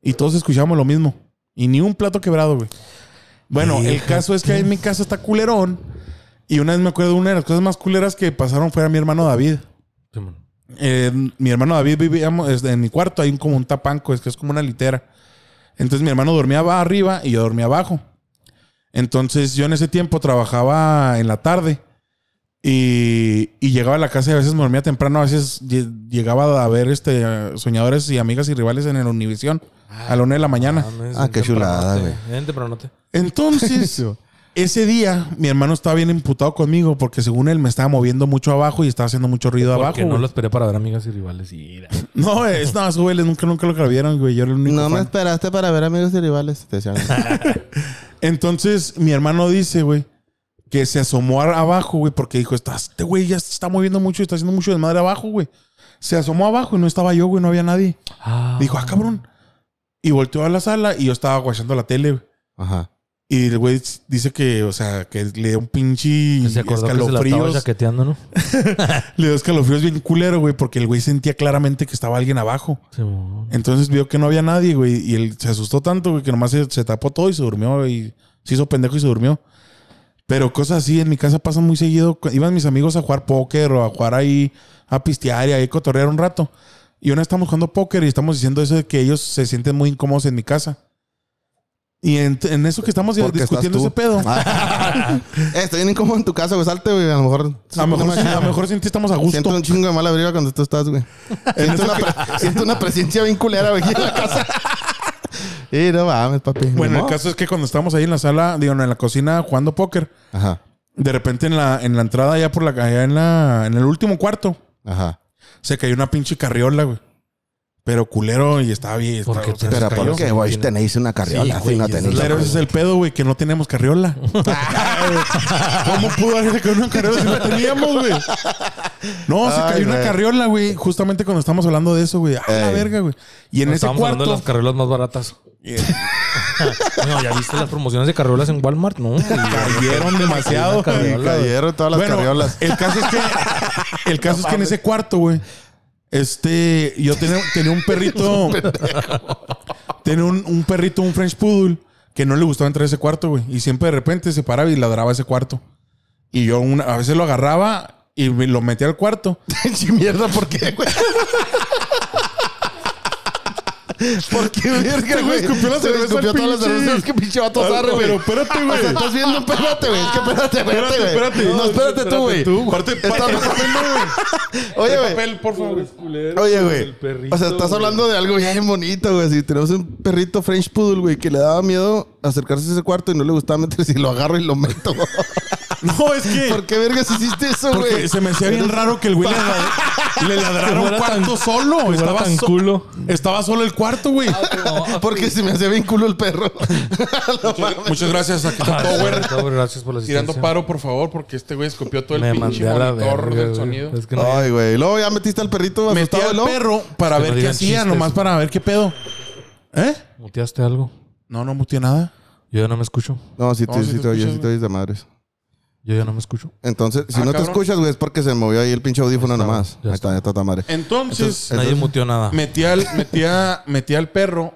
A: Y todos escuchábamos lo mismo. Y ni un plato quebrado, güey. Bueno, el caso es que en mi casa está culerón. Y una vez me acuerdo, una de las cosas más culeras que pasaron fue a mi hermano David.
C: Sí, man.
A: Eh, mi hermano David vivíamos este, en mi cuarto, hay un- como un tapanco, es que es como una litera. Entonces mi hermano dormía aba- arriba y yo dormía abajo. Entonces yo en ese tiempo trabajaba en la tarde y, y llegaba a la casa y a veces me dormía temprano, a veces lle- llegaba a ver este, eh, soñadores y amigas y rivales en el Univisión a la una de la mañana.
C: Mames,
B: Ah, qué
C: vente
B: chulada,
C: para
B: güey.
C: norte. Vente, pero no te.
A: Entonces Ese día, mi hermano estaba bien imputado conmigo porque según él me estaba moviendo mucho abajo y estaba haciendo mucho ruido abajo.
C: Porque no
A: güey.
C: lo esperé para ver amigas y rivales. Y era-
A: No, es no, esos güeyes nunca, nunca lo grabieron, güey. Yo era el único.
B: No me
A: fan.
B: esperaste para ver amigos y rivales. Te decían.
A: Entonces, mi hermano dice, güey, que se asomó a- abajo, güey, porque dijo, "Está- este güey ya se está moviendo mucho y está haciendo mucho desmadre abajo, güey. Se asomó abajo y no estaba yo, güey, no había nadie.
C: Ah.
A: Dijo, ah, cabrón. Y volteó a la sala y yo estaba guachando la tele, güey.
B: Ajá.
A: Y el güey dice que, o sea, que le dio un pinche
C: Se acordó que se la estaba
A: escalofríos.
C: chaqueteando, ¿no?
A: le dio escalofríos bien culero, güey, porque el güey sentía claramente que estaba alguien abajo.
C: Simón.
A: Entonces vio que no había nadie, güey, y él se asustó tanto, güey, que nomás se, se tapó todo y se durmió y se hizo pendejo y se durmió. Pero cosas así en mi casa pasan muy seguido. Cu- Iban mis amigos a jugar póker o a jugar ahí, a pistear y ahí cotorrear un rato. Y una vez estamos jugando póker y estamos diciendo eso de que ellos se sienten muy incómodos en mi casa. Y en, en eso que estamos
B: Porque estás
A: discutiendo
B: tú.
A: ese pedo.
B: Eh, estoy bien incómodo en tu casa, güey. Salte, güey. A lo mejor.
A: A lo mejor, a lo mejor sí estamos a gusto.
B: Ah, Siento un chingo de mala briga cuando tú estás, güey. Siento una, pre- siento una presencia bien culera, güey, aquí en la casa. y no mames, papi. Ni
A: Bueno, el
B: modo.
A: caso es que cuando estábamos ahí en la sala, digo, no, en la cocina jugando póker,
B: Ajá,
A: de repente en la, en la entrada, ya por la allá en la, en el último cuarto,
B: ajá.
A: se cayó una pinche carriola, güey. Pero culero y estaba bien.
C: ¿Por
A: estaba-
C: qué te-
A: se
B: Pero
C: cayó.
A: cayó.
B: ¿por qué, güey? Tenéis una carriola,
C: Sí,
B: así
C: güey,
B: no
C: eso es
B: tenéis.
A: Pero ese es el pedo, güey, que no tenemos carriola. ¿Cómo pudo haber sacado una carriola si no teníamos, güey? No, se
B: Ay,
A: cayó una
B: güey.
A: carriola, güey. Justamente cuando estamos hablando de eso, güey. Ah, la
B: Ey.
A: verga, güey. Y en ese
C: Estábamos hablando de
A: cuarto.
C: las carreras más baratas. No, ¿ya viste las promociones de carreras en Walmart? No.
A: Cayeron demasiado.
B: Y cayeron todas las
A: Bueno,
B: carriolas.
A: El caso es que, el caso es que en ese cuarto, güey, este, yo tenía, tenía un perrito, tenía un, un perrito, un French Poodle, que no le gustaba entrar a ese cuarto, güey. Y siempre de repente se paraba y ladraba a ese cuarto. Y yo una- a veces lo agarraba y me lo metía al cuarto.
B: Pinche mierda, ¿por qué, güey? ¿Por qué, verga, Este güey?
A: escupió la
B: Se le
A: cerveza al
B: escupió todas las
A: pinche-
B: cervezas que pinche vato zarre, güey.
A: Pero espérate,
B: O
A: güey.
B: sea, estás viendo, espérate, güey. Es que espérate, espérate, güey. No, espérate tú, güey.
A: Parte,
B: Estás- Oye,
A: Oye,
B: güey.
A: papel, por favor.
B: Oye, güey. O sea, estás hablando de algo bien bonito, güey. Si tenemos un perrito French Poodle, güey, que le daba miedo acercarse a ese cuarto y no le gustaba meterse y lo agarro y lo meto.
A: No, es que.
B: ¿Por qué vergas hiciste eso,
A: Porque
B: güey?
A: se me hacía bien raro que el güey le, ladra- le ladrara un
C: fuera tan-
A: cuarto solo. Estaba,
C: tan
A: so-
C: culo.
A: estaba solo el cuarto, güey.
B: Porque se me hacía bien culo el perro. No mames.
A: Muchas gracias.
C: Ah,
A: Aquí está Power
C: Gracias por
A: tirando
C: la asistencia.
A: paro, por favor, porque este güey escopió todo el
C: Me
A: pinche
C: mandé a la
A: monitor
C: verga,
A: del
C: güey.
A: sonido.
C: Es que no-
B: Ay, güey. Luego ya metiste al perrito
A: Metí
B: asustado,
A: al
B: ¿no?
A: perro para
C: Que no
A: ver qué
C: digan
A: hacía,
C: chistes.
A: nomás para ver qué pedo. ¿Eh?
C: ¿Muteaste algo?
A: No, no muteé nada.
C: Yo ya no me escucho.
B: No, si
A: No,
B: te,
A: sí
B: si
A: te
B: te oyes,
A: escuchas,
B: si te oyes de madres.
C: Yo ya no me escucho.
B: Entonces, si
A: Ah,
B: no te
A: cabrón.
B: escuchas, güey, es porque se movió ahí el pinche audífono nomás.
C: ya
B: Ahí está, ya está, está
A: Eh.
B: madre.
A: Entonces,
C: Nadie muteó nada.
A: metí al, metí a- metí al perro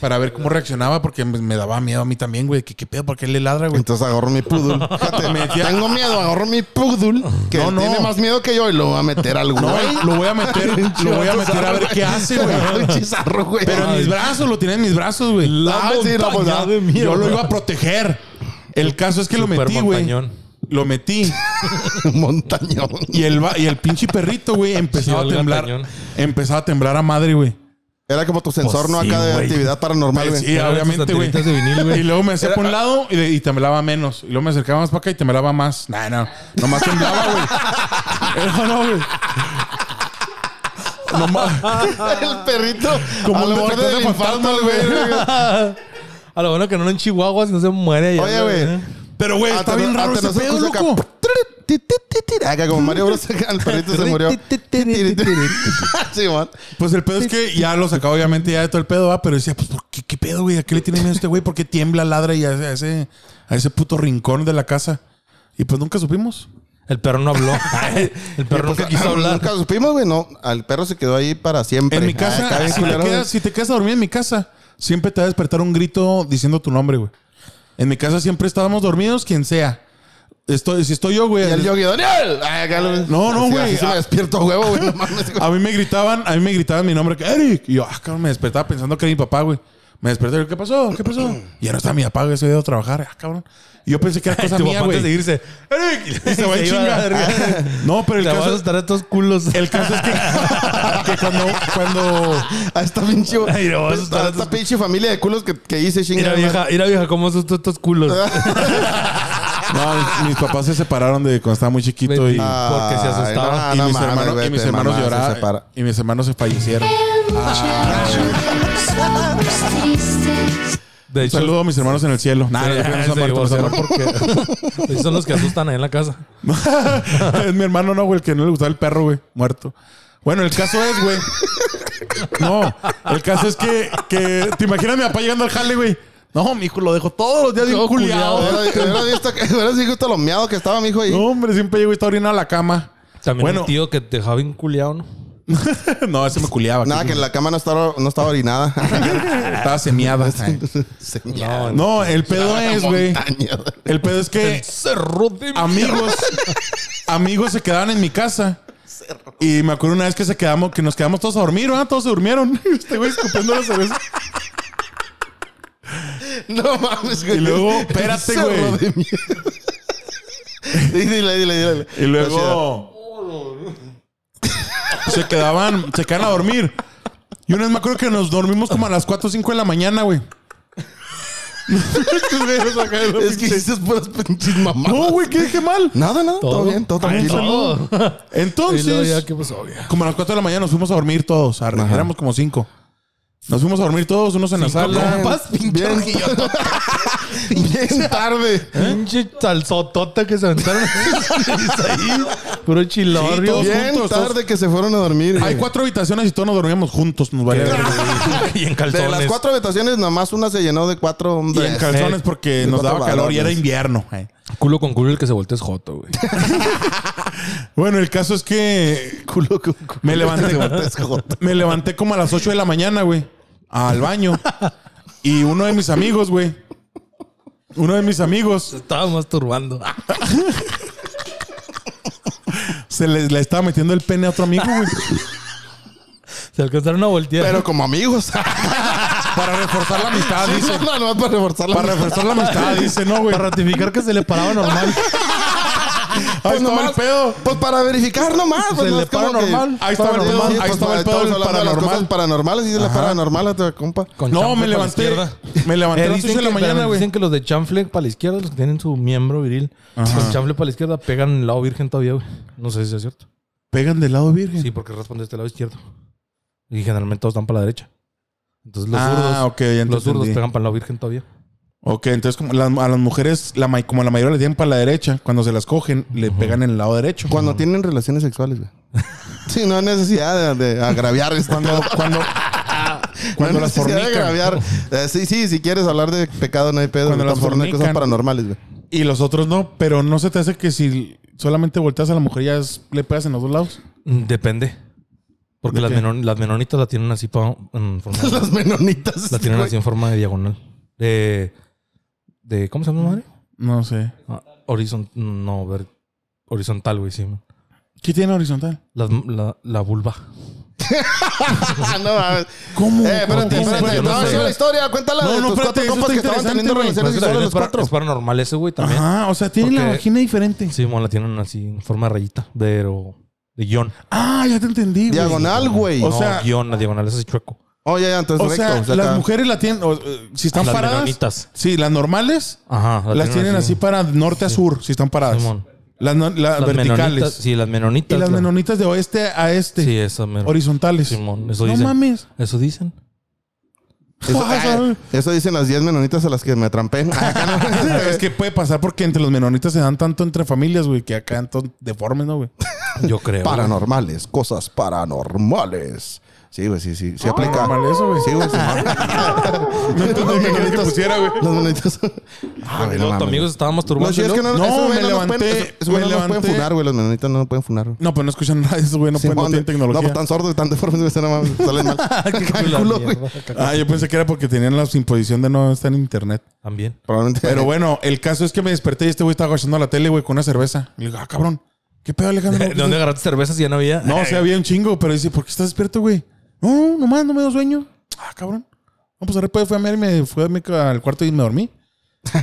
A: para ver cómo reaccionaba, porque me, me daba miedo a mí también, güey. ¿Qué, qué pedo? ¿Por qué le ladra, güey?
B: Entonces agarro mi poodle. Fíjate, tengo miedo, agarro mi poodle que
A: No, no.
B: tiene más miedo que yo y lo voy a meter al
A: No,
B: güey.
A: lo voy a meter, lo voy a meter a ver qué hace, güey.
B: Un chizarro, güey.
A: Pero en mis brazos, lo tiene en mis brazos, güey.
B: La
A: Ah, sí, la
B: montaña
A: montaña.
B: de mierda.
A: Yo lo iba a proteger. El caso es que lo
C: Super
A: metí, güey.
C: montañón.
A: Lo metí.
B: montañón.
A: Y el, va- y el pinche perrito, güey, empezaba
C: Sí,
A: a
C: el
A: temblar.
C: gatañón.
A: Empezaba a temblar a madre, güey.
B: Era como tu sensor, ¿no?
C: Pues sí,
B: Acá de
C: güey.
B: actividad paranormal, güey.
A: Pues Sí,
C: Eran
A: obviamente,
C: sus
A: güey.
C: antenitas de vinil, güey.
A: Y luego me hacía por un lado y, de- y temblaba menos. Y luego me acercaba más para acá y temblaba más. Nah, no. Nomás temblaba, güey. No, no, güey. Nomás.
B: El perrito.
A: Como
B: Como
A: un
B: el borde
A: detector
B: del
A: de
B: infarto,
A: fantasmas,
B: güey.
C: A lo bueno que no en Chihuahua, si no ¿eh? se muere. ya,
B: Oye, güey.
A: Pero, güey, está
B: Ante-
A: bien raro ese
B: ante nosotros
A: pedo,
B: acá,
A: loco.
B: Ti, ti, ti, ti. Acá como Mario Bros. acá El perrito se murió. Sí, man.
A: Pues el pedo es que ya lo sacaba obviamente ya de todo el pedo, va, pero decía, pues ¿por qué, qué pedo, güey? ¿A qué le tiene miedo este güey? ¿Por qué tiembla, ladra y a ese, a ese, a ese puto rincón de la casa? Y pues nunca supimos.
C: El perro no habló. El perro
B: Pues,
C: nunca quiso
B: ah,
C: hablar.
B: Nunca supimos, güey. No, al perro se quedó ahí para siempre.
A: En mi
B: Ah, acá
A: casa,
B: bien
A: si, te
B: culero,
A: quedas, si te quedas a dormir en mi casa, siempre te va a despertar un grito diciendo tu nombre, güey. En mi casa siempre estábamos dormidos, quien sea. Estoy, si estoy yo, güey.
B: güey. Y el yogi, Daniel. Ay, acá lo-
A: No, no,
B: Así-
A: güey.
B: así se
A: Ah.
B: me despierto a huevo, güey. No mames, güey.
A: A mí me gritaban, a mí me gritaban mi nombre, que Eric. Y yo, ah, cabrón, me despertaba pensando que era mi papá, güey. Me desperté, yo, ¿qué pasó? ¿Qué pasó? Y ya no estaba mi papá, güey, se había ido a trabajar, ah, cabrón. Y yo pensé que era cosa
C: Tu
A: mía,
C: papá antes de
A: güey.
C: irse.
A: Eric, y se va en
C: Se iba a la
A: chinga.
C: verga.
A: No, pero el
C: Te vas a
A: caso,
C: estar a estos culos.
A: el caso es que, que cuando, cuando,
B: A esta pinche.
C: Ay, no, vas a estar-
B: a esta pinche familia de culos que, que hice,
C: Mira
B: chingada.
C: vieja, mira vieja, cómo son estos, estos culos.
A: No, mis- mis papás se separaron de cuando estaba muy chiquito y,
C: Ah, Porque se asustaba.
A: y
B: no
A: mis
B: mames,
A: hermanos,
B: güey,
A: y mis
B: te
A: hermanos
B: mamás, se
A: lloraban.
B: separa.
A: Y mis hermanos se fallecieron.
D: Muchachos, somos tristes.
C: De hecho,
A: Saludo a mis hermanos en el cielo. Nah, no, no, no,
C: Sí,
A: son muertos,
C: o
A: no son
C: sea, no
A: muertos.
C: porque- Esos son los que asustan ahí en la casa.
A: es mi hermano, no, güey, el que no le gustaba el perro, güey, muerto. Bueno, el caso es, güey. No, el caso es que, que te imaginas a mi papá llegando al jale, güey. No, mi hijo lo dejo todos los días bien culiado.
B: Hubieras visto, hubieras visto lo miado que estaba mi hijo ahí.
A: No, hombre, siempre llego y está orinando a la cama.
C: También
A: Bueno.
C: el tío que te dejaba vinculeado, ¿no?
A: no, ese me culiaba.
B: Nada, que en la cama no estaba, no estaba orinada.
A: Estaba semiada.
B: Señal.
A: No, el pedo es, güey.
B: Montaña, güey.
A: El pedo es que
C: Cerro de
A: amigos, amigos se quedaban en mi casa. Y me acuerdo una vez que se quedamos, que nos quedamos todos a dormir, ¿verdad? Todos se durmieron. Este güey escupiendo la cerveza.
B: No mames, güey.
A: Y luego, espérate,
B: Cerro
A: güey.
B: de mierda. Dile, dile, dile, dile.
A: Y luego se quedaban, se quedaban a dormir. Y una vez me acuerdo que nos dormimos como a las 4 o 5 de la mañana, güey.
B: Es que hiciste puras pinches mamadas.
A: No, güey, Ah, ¿qué dije mal?
B: Nada, nada. Todo,
C: Todo.
B: bien, todo tranquilo.
C: Todo. Y luego ya,
A: Entonces,
C: ¿qué pasó? Ya.
A: como a las 4 de la mañana nos fuimos a dormir todos. arre.
B: Ajá.
A: Éramos como 5. Nos fuimos a dormir todos, unos en la sala.
B: compas, pinche orgillota. Bien tarde.
C: ¿Eh? Pinche salsotota que se aventaron. ahí. Puro
A: Sí,
C: chilorrio.
A: todos
B: Bien
A: juntos, todos-
B: tarde que se fueron a dormir.
A: Hay
B: güey.
A: cuatro habitaciones y todos nos dormíamos juntos. Nos valía verga.
C: y en
B: De
C: calzones.
B: las cuatro habitaciones, nomás una se llenó de cuatro
A: Y
B: hombres.
A: en calzones porque
B: De
A: nos
B: cuatro
A: daba calor y era
B: varones.
A: invierno. eh.
C: Culo con culo el que se voltea es joto, güey.
A: Bueno, el caso es que
B: Culo, culo, culo.
A: me levanté, me levanté como a las 8 de la mañana, güey, al baño. Y uno de mis amigos, güey, uno de mis amigos
C: Estaba masturbando. Ah,
A: se le, le estaba metiendo el pene a otro amigo, güey,
C: Se alcanzaron a voltear.
B: Pero como amigos.
A: para reforzar la amistad,
B: Sí,
A: dice.
B: no, no, no, para reforzar la
A: Para
B: amistad.
A: reforzar la amistad, dice, no, güey.
C: para ratificar que se le paraba normal.
A: Ahí
B: Pues
A: estaba
B: nomás,
A: el pedo.
B: Pues para verificar nomás. Pues
C: Se
B: no
C: le
B: es como
C: para
B: que-
C: normal.
A: Ahí estaba el
B: Sí,
A: pedo,
B: sí,
A: ahí
B: pues,
A: estaba el
B: estamos
A: pedo del
B: hablando de las
A: paranormal.
B: cosas paranormales y de la paranormal, a tu compa.
C: Con
A: No, me
C: chanfle para la
A: levanté,
C: izquierda.
A: me levanté a
C: Eh,
A: las 8
C: dicen,
A: de la
C: que,
A: mañana,
C: espérame,
A: güey.
C: dicen que los de chanfle para la izquierda, los que tienen su miembro viril, con chanfle para la izquierda pegan el lado virgen todavía, güey. No sé si es cierto.
A: Pegan del lado virgen.
C: Sí, porque raspan de este lado izquierdo. Y generalmente todos están para la derecha. Entonces los zurdos,
A: ah, ok, ya
C: los zurdos
A: entendí.
C: pegan para el lado virgen todavía.
A: Ok, entonces como las- a las mujeres, la, ma- como la mayoría le tienen para la derecha, cuando se las cogen, le pegan en el lado derecho.
B: Cuando tienen relaciones sexuales, güey. Sí, no hay necesidad de, de agraviar este
A: Cuando,
B: pedo.
A: cuando, cuando
B: No hay
A: las
B: necesidad de
A: fornican.
B: agraviar. Eh, sí, sí, si quieres hablar de pecado, no hay pedo.
A: Cuando
B: güey,
A: las
B: estamos hablando de cosas
A: fornican.
B: paranormales, güey.
A: Y los otros no, pero no se te hace que si solamente volteas a la mujer ya es- le pegas en los dos lados.
C: Mm, Depende. Porque
A: ¿De
C: las,
A: qué?
C: menon- las menonitas la tienen así pa- en forma
A: Pues
C: de-
B: Las menonitas.
C: la tienen
B: güey.
C: así en forma de diagonal. De, de ¿cómo se llama madre?
A: No sé.
C: horizontal, no, ver- horizontal, güey, sí. man.
A: ¿Qué tiene horizontal?
C: Las- la, la vulva.
B: Ah, no, mames.
A: ¿Cómo?
B: Eh, espérate,
C: dicen,
B: espérate.
C: yo no
B: No,
C: sé.
B: es la historia. Cuéntala
A: No,
B: de
A: no,
B: tus
A: espérate,
B: cuatro
A: eso
B: compas
A: está
B: que
A: interesante,
B: estaban teniendo
A: güey.
C: Pero
B: relaciones
C: eso también
B: sexuales
C: Pues es,
B: los
C: para-
B: cuatro.
C: es paranormal ese, güey, también.
A: Ajá, o sea, tiene la
C: Porque-
A: vagina diferente.
C: Sí, mon, la tienen así en forma de rayita, de, o- de guión.
A: Ah, ya te entendí, güey.
B: Diagonal, güey.
A: O
C: no,
A: sea-
C: guión, la diagonal es así chueco.
B: Oh, ya, ya, entonces
A: O
B: recto.
A: sea,
B: o sea,
A: las
B: acá.
A: mujeres la tienen, o, eh, si están
C: Las
A: paradas.
C: menonitas.
A: Sí, las normales
C: Ajá. la
A: las tienen así para norte a sur, si están paradas.
C: Simón.
A: Las, no- las
C: Las menonitas,
A: verticales.
C: sí, las menonitas.
A: Y las
C: la-
A: menonitas de oeste a este.
C: Sí, esas men-
A: horizontales.
C: Simón, eso
A: no
C: dicen.
A: mames.
C: Eso dicen.
B: Eso,
A: Ah, ¿sabes?
B: eso dicen las 10 menonitas a las que me trampé. Acá no.
A: es que puede pasar porque entre los menonitas se dan tanto entre familias, güey, que acá tanto deformes, ¿no, güey?
C: Yo creo. güey.
B: Paranormales, cosas paranormales. Sí, güey, sí, sí. Sí aplica.
A: Normal eso, güey.
B: Sí, güey. sí.
A: Ah. No entendí qué querías que pusiera, güey.
B: Las menonitas. Ah, güey, no
C: No, tu
B: mames.
C: amigo se estaba masturbando.
B: Lo chido es que no,
A: No,
B: esos
A: me
B: güeyes no nos pueden-
A: levanté, me
B: esos güeyes no nos pueden
A: levanté.
B: funar, güey. Las menonitas no nos pueden funar. güey.
A: No, pues no escuchan nada de eso, güey. No, pueden- no
B: Simón,
A: tienen
B: No,
A: tecnología.
B: pues tan sordos y tan deformes, güey. Están mal. Salen mal.
C: La
B: culo,
C: mierda,
B: güey.
C: caca.
A: ah, yo pensé que era porque tenían la imposición de no estar en internet.
C: También.
B: Probablemente.
A: Pero bueno, el caso es que me desperté y este güey estaba agachando la tele, güey, con una cerveza. Y le digo, ah, cabrón, ¿qué pedo, Alejandro?
C: ¿De dónde agarraste cervezas si ya no había?
A: No, o sea, había un chingo, pero dice, ¿por qué estás despierto, güey? No, nomás, no me dio sueño. Ah, cabrón. No, pues después fue a mear y me fue a mi ca- al cuarto y me dormí.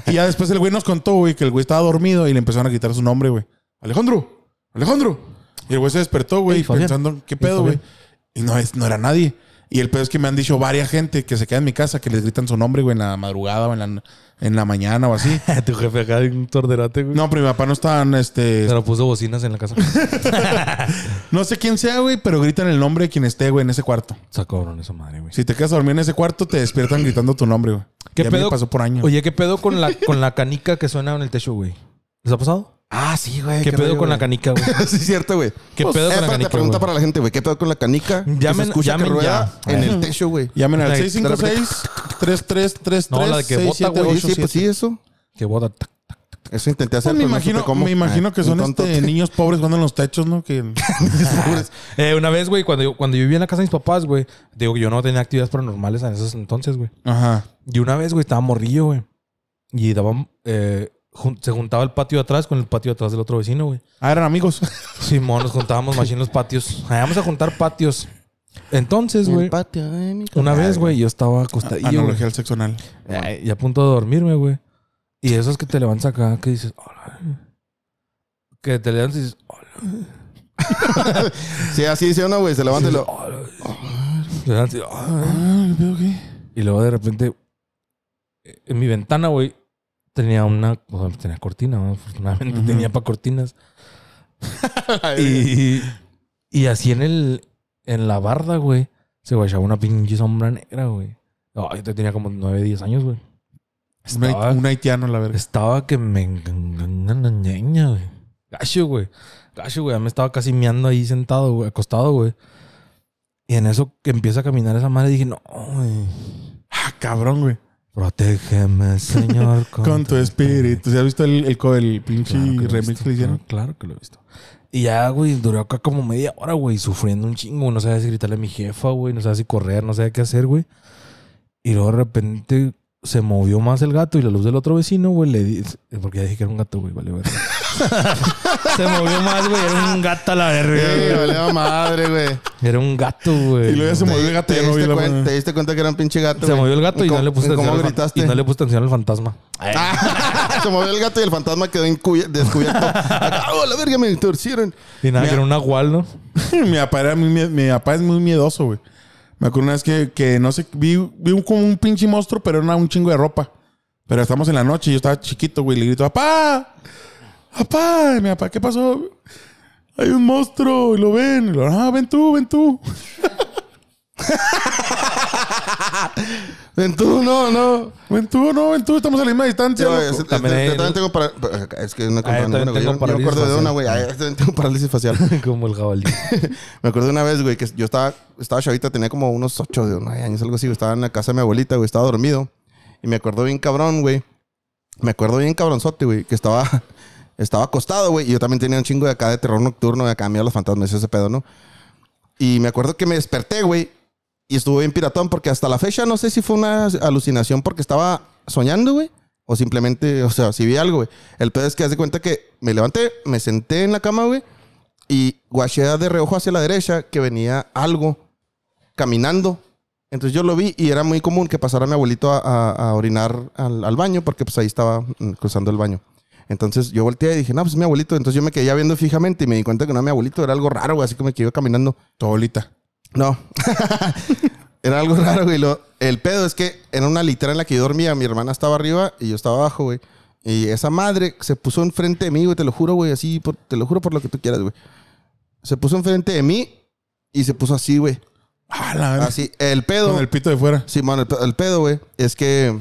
A: Y ya después el güey nos contó, güey, que el güey estaba dormido y le empezaron a gritar su nombre, güey. Alejandro, Alejandro. Y el güey se despertó, güey,
C: Ey, Fabián.
A: pensando, ¿qué
C: Ey,
A: pedo, güey?
C: Fabián.
A: Y no, es, no era nadie. Y el pedo es que me han dicho varias gente que se queda en mi casa que les gritan su nombre, güey, en la madrugada o en la, en la mañana o así.
C: tu jefe acá de un torderate, güey.
A: No, pero mi papá no está, este...
C: Pero puso bocinas en la casa.
A: No sé quién sea, güey, pero gritan el nombre de quien esté, güey, en ese cuarto.
C: Sacó cabrón esa madre, güey.
A: Si te quedas a dormir en ese cuarto, te despiertan gritando tu nombre, güey.
C: ¿Qué
A: Ya me
C: pedo?
A: pasó por años.
C: Oye, ¿qué pedo con la, con la canica que suena en el techo, güey? ¿Les ha pasado?
B: Ah, sí, güey.
C: ¿Qué, pedo
B: rollo,
C: con la
B: güey.
C: canica, güey?
B: sí, es cierto, güey. Pues,
C: ¿Qué pedo con la
B: espérate,
C: canica,
B: pregunta
C: güey?
B: para la gente, güey. ¿Qué pedo con la canica? que
C: Llamen-
B: se escucha
C: llamen
B: que rueda
C: ya.
B: en el techo, güey.
A: Llamen al
C: La de-
A: 656 3333
C: No, la de que bota, güey,
B: Oye, sí, pues sí, eso.
C: Que boda. tac.
B: Eso intenté hacer.
A: Pues me
B: pero no
A: imagino,
B: supe cómo.
A: me imagino
B: Ay,
A: que
B: un
A: son
B: tonto.
A: este, niños pobres jugando en los techos, ¿no? Que
C: Eh, una vez, güey, cuando yo, cuando yo vivía en la casa de mis papás, güey, digo que yo no tenía actividades paranormales en esos entonces, güey.
A: ajá.
C: Y una vez, güey, estaba morrillo, güey. Y daban. eh, jun- se juntaba el patio de atrás con el patio de atrás del otro vecino, güey.
A: Ah, eran amigos.
C: Simón, nos juntábamos más en los patios. Ay, Vamos a juntar patios. Entonces,
B: En el
C: güey,
B: patio de mi
C: una
B: casa.
C: vez, güey, yo estaba acostadillo. güey.
A: Analogía al sexo anal.
C: Ay, Y a punto de dormirme, güey. Y esos que te levantas acá, que dices, hola. Que te levantas y dices, hola.
B: Sí, así dice uno, güey. Se levanta y lo.
C: hola. Te levantas y, "Hola".
A: Ah, ¿qué pedo qué?
C: Y luego de repente, eh, en mi ventana, güey, tenía una. o sea, tenía cortina, ¿no? afortunadamente
A: Ujú.
C: tenía para cortinas. y, y así en el. En la barda, güey, se guachaba una pinche sombra negra, güey. Ay, yo tenía como 9, 10 años, güey.
A: Un hait-
C: Estaba-
A: Un haitiano, la verga.
C: Estaba que me engaña, güey. Gacho, güey. Gacho, güey. Ya me estaba casi meando ahí sentado, güey, acostado, güey. Y en eso que empieza a caminar esa madre, dije, no, güey.
A: Ah, cabrón, güey.
C: Protégeme, Señor.
A: Con tu espíritu. ¿Se ha visto el, el, co- el pinche
C: Claro que lo he
A: remix
C: visto,
A: que le hicieron?
C: Claro, claro que lo he visto. Y ya, güey, duró acá como media hora, güey, sufriendo un chingo. No sabía si gritarle a mi jefa, güey, no sabía si correr, no sabía qué hacer, güey. Y luego de repente se movió más el gato y la luz del otro vecino, güey, le di... Porque ya dije que era un gato, güey, vale, verga. se movió más, güey, era un gato a la
B: Eh,
C: verga.
B: vale a madre, güey.
C: güey. Era un gato, güey.
A: Y luego ya se movió el gato.
B: ¿Te,
A: ya no vi
B: diste
A: la
B: cuen-
A: mano.
B: te diste cuenta que era un pinche gato.
C: Se
B: güey?
C: movió el gato y
B: ¿Cómo-
C: no le puse atención.
B: ¿Cómo
C: al fan-
B: gritaste?
C: Y no le puse atención al fantasma.
B: Ah, se movió el gato y el fantasma quedó incubi- descubierto. Acá, ¡Oh, la verga! Me torcieron.
C: Y nada, que era un nahual, ¿no?
A: mi, papá era muy mie- mi papá es muy miedoso, güey. Me acuerdo una vez que, que no sé, vi, vi un- como un pinche monstruo, pero era un chingo de ropa. Pero estamos en la noche y yo estaba chiquito, güey. y Le grito, ¡Papá! ¡Papá! Y mi papá, ¿qué pasó? Hay un monstruo y lo ven. Y lo, ah, ven tú, ven tú.
B: Ven tú, no, no.
A: Ven tú, no, ven tú. Estamos a la misma distancia.
B: Yo,
A: loco".
B: es- es-
C: También
B: yo
C: hay-
B: también tengo para- Es que no
C: Ah, yo
B: comparo
C: también
B: ninguna, güey.
C: tengo
B: Yo, yo me
C: parálisis
B: acuerdo de una,
C: facial.
B: güey. Ah, yo también tengo parálisis facial.
C: Como el jabalí.
B: Me acuerdo de una vez, güey, que yo estaba, estaba chavita, tenía como unos 8 de 9 años, algo así, güey. Estaba en la casa de mi abuelita, güey, estaba dormido. Y me acuerdo bien cabrón, güey. Me acuerdo bien cabronzote, güey, que estaba, estaba acostado, güey. Y yo también tenía un chingo de acá de terror nocturno, de acá miedo a los fantasmas, ese pedo, ¿no? Y me acuerdo que me desperté, güey. Y estuve bien piratón, porque hasta la fecha no sé si fue una alucinación porque estaba soñando, güey. O simplemente, o sea, si vi algo, güey. El pedo es que haz de cuenta que me levanté, me senté en la cama, güey y guachea de reojo hacia la derecha que venía algo caminando. Entonces yo lo vi y era muy común que pasara mi abuelito a, a- a orinar al, al baño porque pues ahí estaba mm, cruzando el baño. Entonces yo volteé y dije, no, pues es mi abuelito. Entonces yo me quedé ya viendo fijamente y me di cuenta que no era mi abuelito, era algo raro, güey, así que me quedé caminando.
A: Tu abuelita.
B: No. era algo raro, güey. Lo- el pedo es que era una litera en la que yo dormía. Mi hermana estaba arriba y yo estaba abajo, güey. Y esa madre se puso enfrente de mí, güey. Te lo juro, güey. Así, por- te lo juro por lo que tú quieras, güey. Se puso enfrente de mí y se puso así, güey.
A: Ah, la verga.
B: Así. El pedo.
A: Con el pito de fuera.
B: Sí, mano, el, pe- el pedo, güey, es que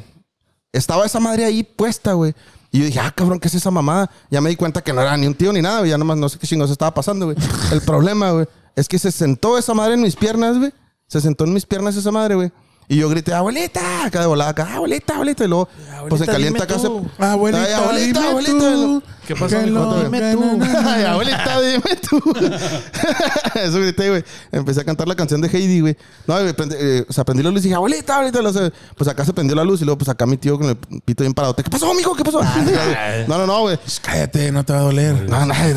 B: estaba esa madre ahí puesta, güey. Y yo dije, ah, cabrón, ¿qué es esa mamada? Ya me di cuenta que no era ni un tío ni nada, güey. Ya nomás no sé qué chingos estaba pasando, güey. El problema, güey, es que se sentó esa madre en mis piernas, güey. Se sentó en mis piernas esa madre, güey. Y yo grité, abuelita, acá de volada, acá, abuelita, abuelita. Y luego, pues se
C: Abuelita,
B: calienta
C: dime
B: acá. se-
C: tú.
A: Abuelita,
B: Ay, abuelita,
A: dime
B: abuelita.
A: tú.
C: ¿Qué pasó,
A: Que
C: mijo?
A: lo-
C: Dime tú.
B: Ay, abuelita, dime tú. Eso grité, güey. Empecé a cantar la canción de Heidi, güey. No, güey, prende- eh, o sea, prendí la luz y dije, abuelita, abuelita. Luego se- pues acá se prendió la luz y luego, pues acá mi tío con el pito bien parado. ¿Qué pasó, mijo? ¿Qué pasó?
A: Ah,
B: no, no, no, güey.
A: Pues Cállate, no te va a doler.
B: No, no, no, no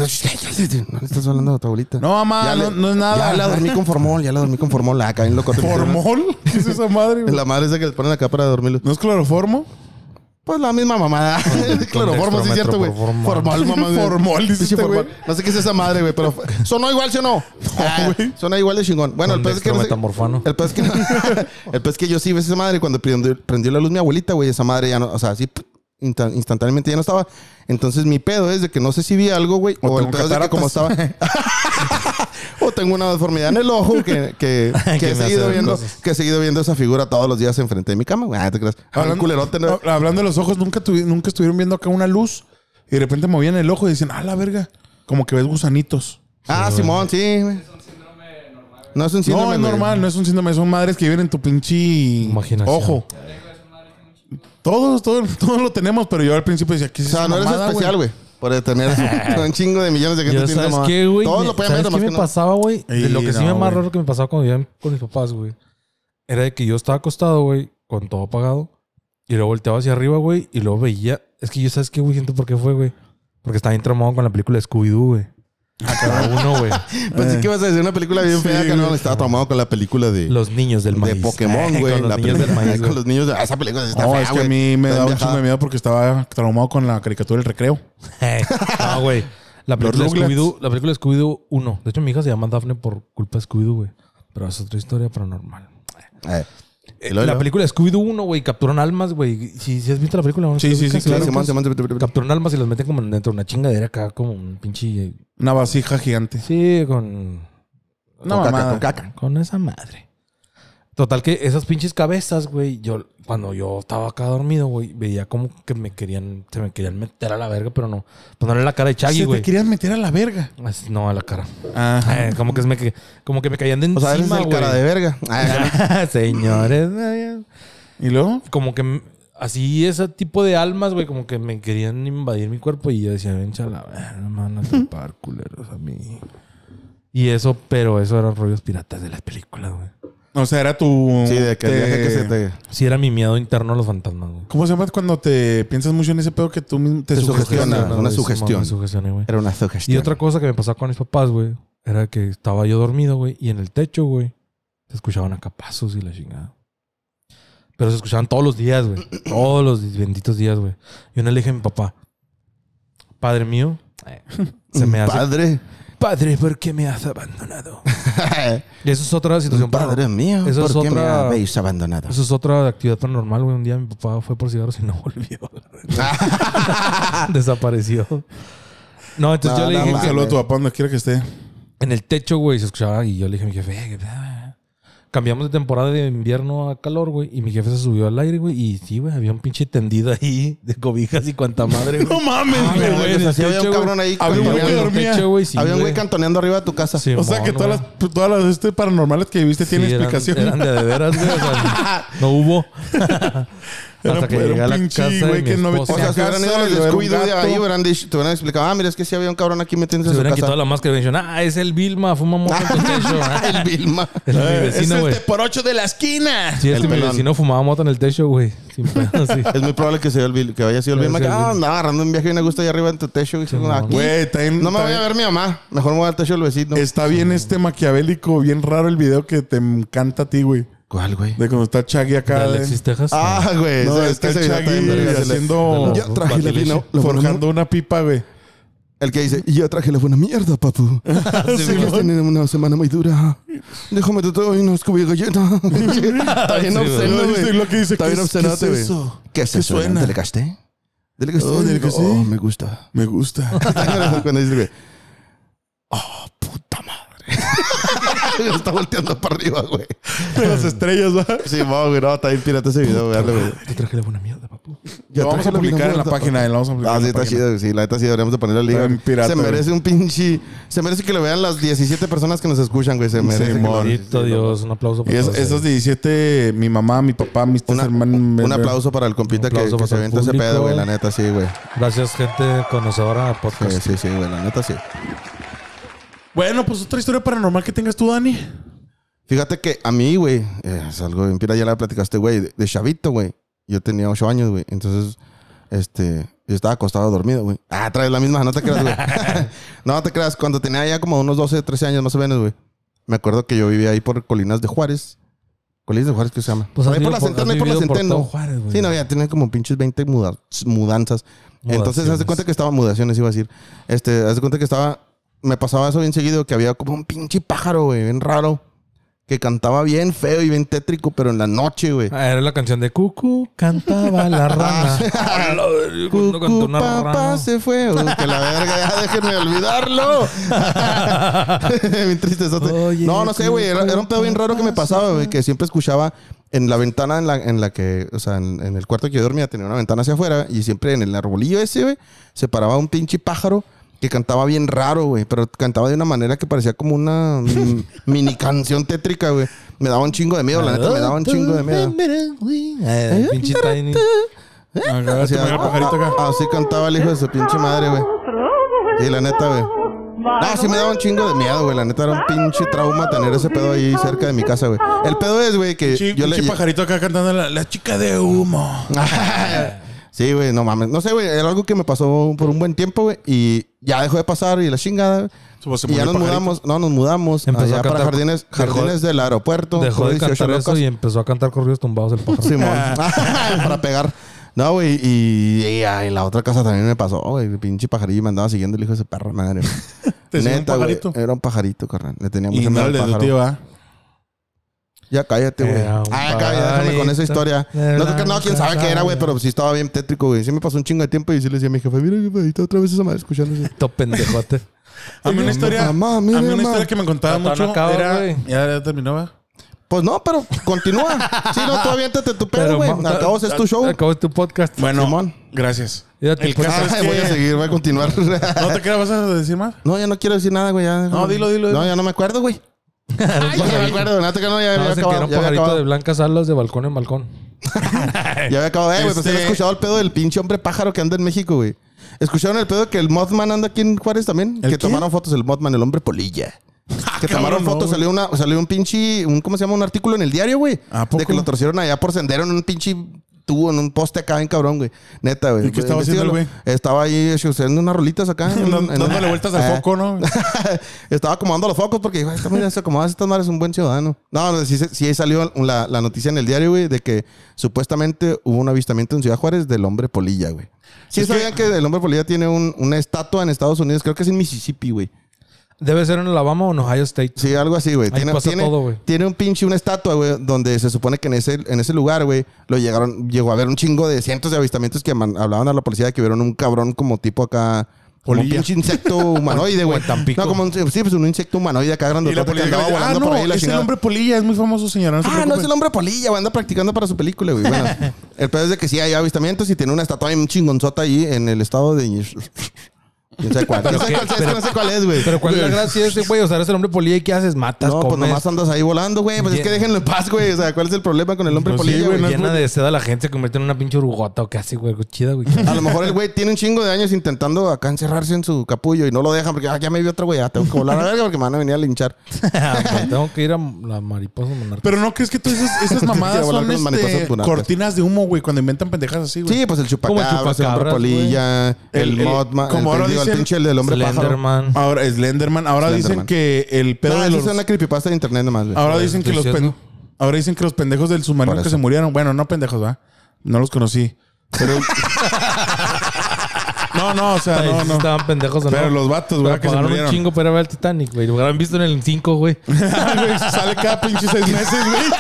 B: le estás hablando a tu abuelita.
A: No, mamá,
B: Ya
A: no- no es nada.
B: Ya la dormí con formol, ya la dormí con formol. Ah, Acá en loco.
A: ¿Formol? ¿Qué es esa madre? güey?
B: La madre esa que les ponen acá para dormirlo.
A: ¿No es cloroformo?
B: Pues la misma mamada. Cloroformo, sí es cierto, güey.
C: metroformal.
B: Formal, mamá. güey.
A: Formol, dice
B: Pinche
A: este güey.
B: formal. No sé qué es esa madre, güey, pero sonó igual, ¿sí o no? Ah, Sonó igual de chingón. Bueno, el pez es que. no sé-
C: metamorfano.
B: El pez es que, el pez es que yo sí ves esa madre cuando prendió, prendió la luz mi abuelita, güey. Esa madre ya no, o sea, así put, insta- instantáneamente ya no estaba. Entonces mi pedo es de que no sé si vi algo, güey, o,
A: O
B: el
A: tengo
B: pedo es de que
A: cataratas.
B: como estaba. o tengo una deformidad en el ojo que, que, que
C: Que
B: he
C: me hace
B: seguido
C: ver
B: viendo,
C: cosas.
B: que he seguido viendo esa figura todos los días enfrente de mi cama, güey. Ah, te creas. Ah, un culerote, ¿no?
A: hab- hablando de los ojos, nunca, tuvi- nunca estuvieron viendo acá una luz y de repente movían el ojo y dicen, ah, la verga. Como que ves gusanitos.
B: Ah, Simón, sí, güey. No es un síndrome
A: no, es
B: güey.
A: normal, no es un síndrome, son madres que viven en tu pinche
C: Imaginación.
A: ojo. Todos, todos, todos lo tenemos, pero yo al principio decía, ¿qué es
B: O sea,
A: esa
B: no eres
A: mamada,
B: especial, güey. Por tener un chingo de millones de gente
C: Yo,
B: tiene
C: ¿sabes
B: mamá.
C: qué, güey?
B: Todos lo pueden ver,
C: ¿Sabes
B: nomás
C: qué
B: que
C: me
B: no.
C: pasaba, güey? De lo
A: Y
C: que sí me
A: no,
C: más
A: güey.
C: raro que me pasaba cuando vivía con mis papás, güey. Era de que yo estaba acostado, güey, con todo apagado. Y luego volteaba hacia arriba, güey, y luego veía... Es que yo, ¿sabes qué, güey? Siento por qué fue, güey. Porque estaba bien traumado con la película de Scooby-Doo, güey.
B: Ah,
C: A cada uno, güey.
B: Pensé que ibas a decir una película bien fea que no estaba tomado con la película de,
C: Los niños del maíz.
B: de Pokémon,
C: Eh,
B: güey.
C: Con los
B: la
C: niños
B: película-
C: del maíz,
B: Con
C: güey.
B: los niños de. "Ah, Esa película sí está
A: No,
B: fea,
A: es que a
B: güey.
A: mí me
B: Está
A: daba un
B: viajada.
A: chingo de miedo porque estaba traumado con la caricatura del recreo.
C: Eh, No, güey. La película de
A: Rugrats.
C: Scooby-Doo, la película de Scooby-Doo 1. De hecho, mi hija se llama Daphne por culpa de Scooby-Doo, güey. Pero es otra historia paranormal.
B: Eh, y luego,
C: La
B: luego.
C: película de Scooby-Doo 1, güey, capturan almas, güey. Si, si has visto la película, ¿no?
A: Sí, sí, sí,
C: Ubicas,
A: claro.
C: güey.
B: Simón, Simón, Simón, Simón, Simón.
C: Capturan almas y las meten como dentro de una chingadera acá, como un pinche. eh,
A: Una vasija gigante.
C: Sí, con.
A: Una
B: Con caca,
A: mamada.
B: con caca.
C: Con esa madre. Total que esas pinches cabezas, güey, yo cuando yo estaba acá dormido, güey, veía como que me querían, se me querían meter a la verga, pero no, ponerle la cara de Chaggy,
A: Se te
C: güey.
A: querían meter a la verga.
C: As- No, a la cara.
A: Ajá.
C: Eh, como que es me que como que me caían de
B: O
C: encima,
B: sea, eres el
C: güey.
B: cara de verga. Ah,
C: Señores, eh,
A: ¿Y luego?
C: como que m- así ese tipo de almas, güey, como que me querían invadir mi cuerpo y yo decía, ven chala, eh, no me van a atrapar, culeros a mí. Y eso, pero eso eran rollos piratas de las películas, güey.
A: O sea, era tu...
B: Sí, de que el
A: te-
B: viaje que se te.
C: Sí era mi miedo interno a los fantasmas, güey.
A: ¿Cómo se llama cuando te piensas mucho en ese pedo que tú mismo te,
B: Te
A: sugestionas?
B: Una- una
C: güey,
B: sugestión.
C: Simón, me sugestioné, güey.
B: Era una sugestión.
C: Y otra cosa que me pasaba con mis papás, güey, era que estaba yo dormido, güey, y en el techo, güey, se escuchaban acapazos y la chingada. Pero se escuchaban todos los días, güey. Todos los benditos días, güey. Y una le dije a mi papá, padre mío, se me hace.
B: Padre.
C: Padre, ¿por qué me has abandonado? Y eso es otra situación.
B: Padre
C: paranormal.
B: mío.
C: Eso es
B: ¿Por qué me
C: otra-
B: habéis abandonado?
C: Eso es otra actividad paranormal, güey. Un día mi papá fue por cigarros y no volvió. Desapareció. No, entonces
B: No,
C: yo le
B: no
C: dije,
A: Un
C: que-
A: saludo a tu papá donde quiera que esté.
C: en el techo, güey, se escuchaba y yo le dije a mi jefe, "Eh, ¿qué pedo, güey?" cambiamos de temporada de invierno a calor, güey, y mi jefe se subió al aire, güey, y sí, güey, había un pinche tendido ahí de cobijas y cuanta madre, güey.
A: mames,
C: Ah,
A: güey.
C: güey,
B: güey,
C: en el
B: o sea, sí había un
C: techo, güey.
B: cabrón ahí
C: Había un güey que
A: caminando.
C: dormía. Techo, güey, sí,
B: Había un güey cantoneando arriba de tu casa.
C: Sí,
A: O sea que
C: mon,
A: todas
C: güey.
A: las, todas las este paranormales que viviste tienen
C: Sí, eran-
A: explicación.
C: Eran, de de veras, güey. o sea, no hubo. Hasta que
A: era
C: llegué a
A: un
C: la
A: pinche
C: casa de
A: güey
C: mi
A: que no ve-
B: O
C: esposa.
B: sea,
A: Una
B: si hubieran ido
A: casa,
B: los
A: y luego era un
B: descuidos de ahí,
A: gato.
B: hubieran dicho, te hubieran explicado, ah, mira, es que sí había un cabrón aquí metiéndose
C: se
B: en su
C: hubieran quitado
B: casa.
C: la máscara y me dijeron, ah, es el Vilma, fuma moto en tu techo. Ah,
B: El Vilma.
C: Es mi
A: Eh,
C: vecino, güey.
A: por ocho de la esquina.
C: Sí, es
B: el
C: que mi
B: pelón.
C: vecino fumaba moto en el techo, güey. Sin pedo, sí.
B: Es muy probable que, sea el Vil- que haya sido el
C: Debe
B: Vilma.
C: ser
B: Que,
C: el
B: ah,
C: Vilma.
B: andaba agarrando un viaje bien a gusto ahí arriba en tu techo. y dijo, "Ah, aquí,
A: Güey, también-
B: no me voy
A: también-
B: a ver mi mamá. Mejor me voy al techo del vecino.
A: Está bien este maquiavélico, bien raro el video que te encanta a ti, güey.
B: ¿Cuál, güey?
A: De cuando está Chaggy
C: De
A: acá.
C: Alexis,
A: de-
C: Texas.
B: Ah, güey.
A: No,
B: ese-
A: está
B: ese video
A: Chaggy
B: bien vergas, el-
A: haciendo-
B: Yo traje la
C: Batilation.
B: vino. lo
A: forjando una pipa, güey.
B: El que dice, yo traje la buena mierda, papu.
A: Ah,
B: Sé que has tenido una semana muy dura. Déjame tu todo y no escubí galleta. Está bien
C: Sí, güey.
B: obsceno,
A: No,
B: güey.
A: dice lo que dice,
B: Está
A: ¿qué
B: bien
A: es- qué
B: obscenote,
A: es
B: güey.
A: eso?
B: ¿Qué es
A: ¿Qué
B: eso?
A: suena?
B: ¿Delegaste? ¿Delegaste?
A: Oh, ¿delegaste?
B: Oh, me gusta.
A: Me gusta.
B: Cuando dice, güey, oh, puta madre. Está volteando para arriba, güey.
A: De las estrellas, ¿va?
B: Sí, vamos, güey. No, está bien pirata ese video, güey. dale, güey.
C: Te traje la buena mierda, papu.
A: Lo vamos
B: traje
A: a
B: la
A: publicar en la
B: mierda,
A: página. Lo vamos a publicar
B: Ah,
A: en la
B: sí, está
A: página.
B: chido. Sí, la neta sí deberíamos de poner la liga.
A: Está bien pirata,
B: se
A: güey.
B: merece un pinche... Se merece que lo vean las 17 personas que nos escuchan, güey. Se merece. que lo-
A: Simón.
C: Bendito Dios, un aplauso
A: Y es-
C: todos
A: esos
C: ellos.
A: 17, mi mamá, mi papá, mis tres
B: Una-
A: hermanos.
B: un
A: me-
B: aplauso para el compita
C: Un
B: que,
C: aplauso
B: que
C: para
B: se
C: el
B: aventó ese
C: público. Pues
B: pedo, güey. La neta sí, güey.
C: Gracias, gente conocedora de podcast.
B: Sí, sí, sí, güey. La neta sí.
A: Bueno, pues otra historia paranormal que tengas tú, Dani.
B: Eh, Fíjate que a mí, güey, eh, es algo bien pira, ya la platicaste, güey, de, de chavito, güey. Yo tenía ocho años, güey. Entonces, este, yo estaba acostado dormido, güey. Ah, traes la misma, no te creas, güey. no te creas, cuando tenía ya como unos 12, 13 años más o menos, güey. Me acuerdo que yo vivía ahí por Colinas de Juárez. Colinas de Juárez, ¿qué se llama?
C: Pues has
B: ahí por
C: ido
B: la
C: por-
B: centeno,
C: has
B: ahí por la
C: vivido por
B: centeno.
C: todo Juárez, güey.
B: sí, no, ya tiene como pinches 20 muda- mudanzas. Entonces, haz de cuenta que estaba mudaciones, iba a decir. Este, haz de cuenta que estaba. Me pasaba eso bien seguido, que había como un pinche pájaro, güey, bien raro. Que cantaba bien feo y bien tétrico, pero en la noche, güey.
C: Ah, Era la canción de Cucu, cantaba la rana. A la verga, cuando cantó
B: Cucu,
C: una
B: Ah, papá
C: rana.
B: se fue. Uy, que la verga, ya déjenme olvidarlo. bien triste.
C: Oye,
B: no, no sé, güey. Era, era un pedo bien raro que me pasaba, güey. Que siempre escuchaba en la ventana en la, en la que, o sea, en, en el cuarto que yo dormía, tenía una ventana hacia afuera. Y siempre en el arbolillo ese, güey, se paraba un pinche pájaro que cantaba bien raro, güey. Pero cantaba de una manera que parecía como una mm, mini canción tétrica, güey. Me daba un chingo de miedo, la neta, me daba un chingo de miedo.
C: Eh, pinche Tiny.
B: eh.
C: Ah,
A: Acá
B: Así,
A: se pone el pajarito acá.
B: así Ah, cantaba el hijo de su pinche madre, güey. Sí, la neta, güey. No, sí me daba un chingo de miedo, güey. La neta era un pinche trauma tener ese pedo ahí cerca de mi casa, güey. El pedo es, güey, que
A: Sí,
B: yo
A: pinche
B: le.
A: pajarito acá cantando la, la chica de humo.
B: sí, güey, no mames. No sé, güey. Era algo que me pasó por un buen tiempo, güey. Y ya dejó de pasar y la chingada, güey.
A: Pues se
B: Y
A: murió
B: ya nos
A: el pajarito.
B: mudamos, no, nos mudamos
C: Empezó
B: allá
C: a
B: para
C: cantar-
B: jardines,
C: dejó de-
B: jardines del aeropuerto.
C: Dejó
B: por
C: de
B: 18
C: cantar eso
B: rocas.
C: y empezó a cantar corridos tumbados el pájaro.
B: Simón. para pegar. No, güey. Y, y, ay, la otra casa también me pasó, güey. El pinche pajarillo me andaba siguiendo el hijo de ese perro, madre. güey.
A: Te decía un
B: Neta, güey.
A: pajarito.
B: Era un pajarito, carnal. Le tenía
A: Y
B: mucho
A: no
B: miedo
A: el
B: al
A: de tu
B: pájaro.
A: tío, ¿ah?
B: Ya cállate, güey.
C: Era
B: Ah,
C: un
B: cállate, déjame con esa
C: pajarito
B: historia.
C: de
B: No, creo que- no, quién sabe qué era, güey, pero sí estaba bien tétrico, güey. Sí me pasó un chingo de tiempo y sí le decía a mi jefe, mira, jefe, ahí está otra vez esa madre escuchándose.
C: Todo pendejote.
A: A mí una historia,
B: Mamá,
A: a mí
B: mira,
A: una
B: mamá.
A: historia que me contaba
C: Todavía no
A: mucho
C: acaba,
A: era...
C: güey.
A: Ya, ya terminó, ¿va?
B: Pues no, pero continúa. Sí, no, tú aviéntate tu pedo, güey.
C: ma-
B: Acabas es tu show.
C: Acabó tu podcast.
A: Bueno,
B: Simón.
A: gracias.
C: Ya te
A: El
C: puse-
A: caso es
B: Ay,
A: que-
B: voy a seguir, voy a continuar.
A: ¿No te creas, vas a decir más?
B: No, ya no quiero decir nada, güey. ya.
A: No, dilo, dilo, dilo.
B: No, ya no me acuerdo, güey. Ay, ya no me acuerdo. Nada, que no, ya
C: No,
B: había
C: se quedó
B: acabado.
C: un
B: Ya había
C: pajarito
B: acabado.
C: de blancas alas de balcón en balcón.
B: Ya había acabado. Eh, güey, pues
A: Este-
B: han escuchado el pedo del pinche hombre pájaro que anda en México, güey. ¿Escucharon el pedo que el Mothman anda aquí en Juárez también?
A: ¿El
B: Que
A: quién?
B: tomaron fotos el Mothman, el hombre polilla.
A: Ah,
B: Que tomaron
A: cabrón, no,
B: fotos,
A: güey.
B: salió, una, salió un pinche, un, ¿cómo se llama? Un artículo en el diario, güey.
A: ¿A
B: De
A: poco?
B: que lo torcieron allá por sendero en un pinche tubo, en un poste acá en cabrón, güey. Neta, güey.
A: ¿Y qué estaba haciendo el güey?
B: Estaba ahí haciendo unas rolitas acá. en- en-
A: Dándole vueltas
B: Ah.
A: al foco, ¿no?
B: Estaba acomodando los focos porque dijo, "Ay, esta mira, se acomoda, esta madre es un buen ciudadano. No, no, sí, sí ahí salió la, la noticia en el diario, güey, de que supuestamente hubo un avistamiento en Ciudad Juárez del hombre polilla, güey. Sí,
A: Es que-
B: sabían que... el hombre polilla tiene un- una estatua en Estados Unidos, creo que es en Mississippi, güey.
C: Debe ser en Alabama o en Ohio State.
B: Sí, algo así, güey.
C: Ahí
B: Tiene,
C: pasa
B: tiene-
C: todo, güey.
B: tiene un pinche, una estatua, güey, donde se supone que en ese, en ese lugar, güey, lo llegaron, llegó a haber un chingo de cientos de avistamientos que man- hablaban a la policía de que vieron un cabrón como tipo acá. Como un
A: Polilla.
B: pinche insecto humanoide, güey.
C: en Tampico.
B: No, como un, sí, pues un insecto humanoide acá grande.
A: Y la policía
B: que
A: que
B: andaba
A: dice, ah,
B: volando
A: no,
B: por ahí la
A: es el
B: chingada.
A: hombre polilla, es muy famoso, señora. No se
B: Ah, no es
A: preocupe.
B: el hombre polilla, güey. Anda practicando para su película, güey. Bueno, el pedo es de que sí hay avistamientos y tiene una estatua bien chingonzota ahí en el estado de. Quién sabe cuál. Quién sabe cuál es, que no sé cuál es, güey.
C: Pero ¿cuál es la gracia de ese güey? O sea, eres el hombre polilla y ¿qué haces? Matas,
B: No, pues
C: comes.
B: nomás andas ahí volando, güey. Pues es
C: Ye-
B: que déjenlo en paz, güey. O sea, ¿cuál es el problema con el hombre
A: Pues sí,
B: polilla,
A: güey,
B: güey?
A: no es
C: llena de seda la gente se convierte en una pinche urugota o casi, güey. Qué Chida, güey.
B: A lo mejor el güey tiene un chingo de años intentando acá encerrarse en su capullo y no lo dejan porque ah, ya me vi otro güey, ya tengo que volar a la verga porque me van a venir a linchar.
C: Pues tengo que ir a la mariposa monarca.
A: Pero no crees que todas esas, esas mamadas
B: Quiero volar
A: son
B: con las
A: este,
B: mariposas purantes.
A: cortinas de humo, güey, cuando inventan pendejadas así, güey.
B: Sí, pues el chupacabras,
C: Como el
B: el hombre
C: chupacabras,
B: polilla, el,
A: El- el-
B: modman,
A: como
B: el,
A: ahora
B: digo, el
A: dicen-
B: pinche el del hombre pájaro. Ah,
C: Slenderman.
A: Ahora, Slenderman. Ahora
B: Slenderman.
A: dicen que el pedo
B: No,
A: de
B: eso
A: los...
B: es una creepypasta de internet nomás, güey.
A: Ahora dicen que los
C: Estoy
A: pen-
C: diciendo.
A: Ahora dicen que los pendejos del submarino
B: Por
A: que
B: eso.
A: se murieron. Bueno, no pendejos, ¿va? No los conocí. Pero. no, no, o sea,
C: Ay,
A: no,
C: sí
A: no.
C: Estaban pendejos, ¿o
A: Pero
C: no?
A: los vatos,
C: Pero
A: güey, que se
C: pagaron un
A: murieron.
C: chingo para ver el Titanic, güey. Lo habrán visto en el 5, güey.
A: Güey, Sale cada pinche seis meses, güey.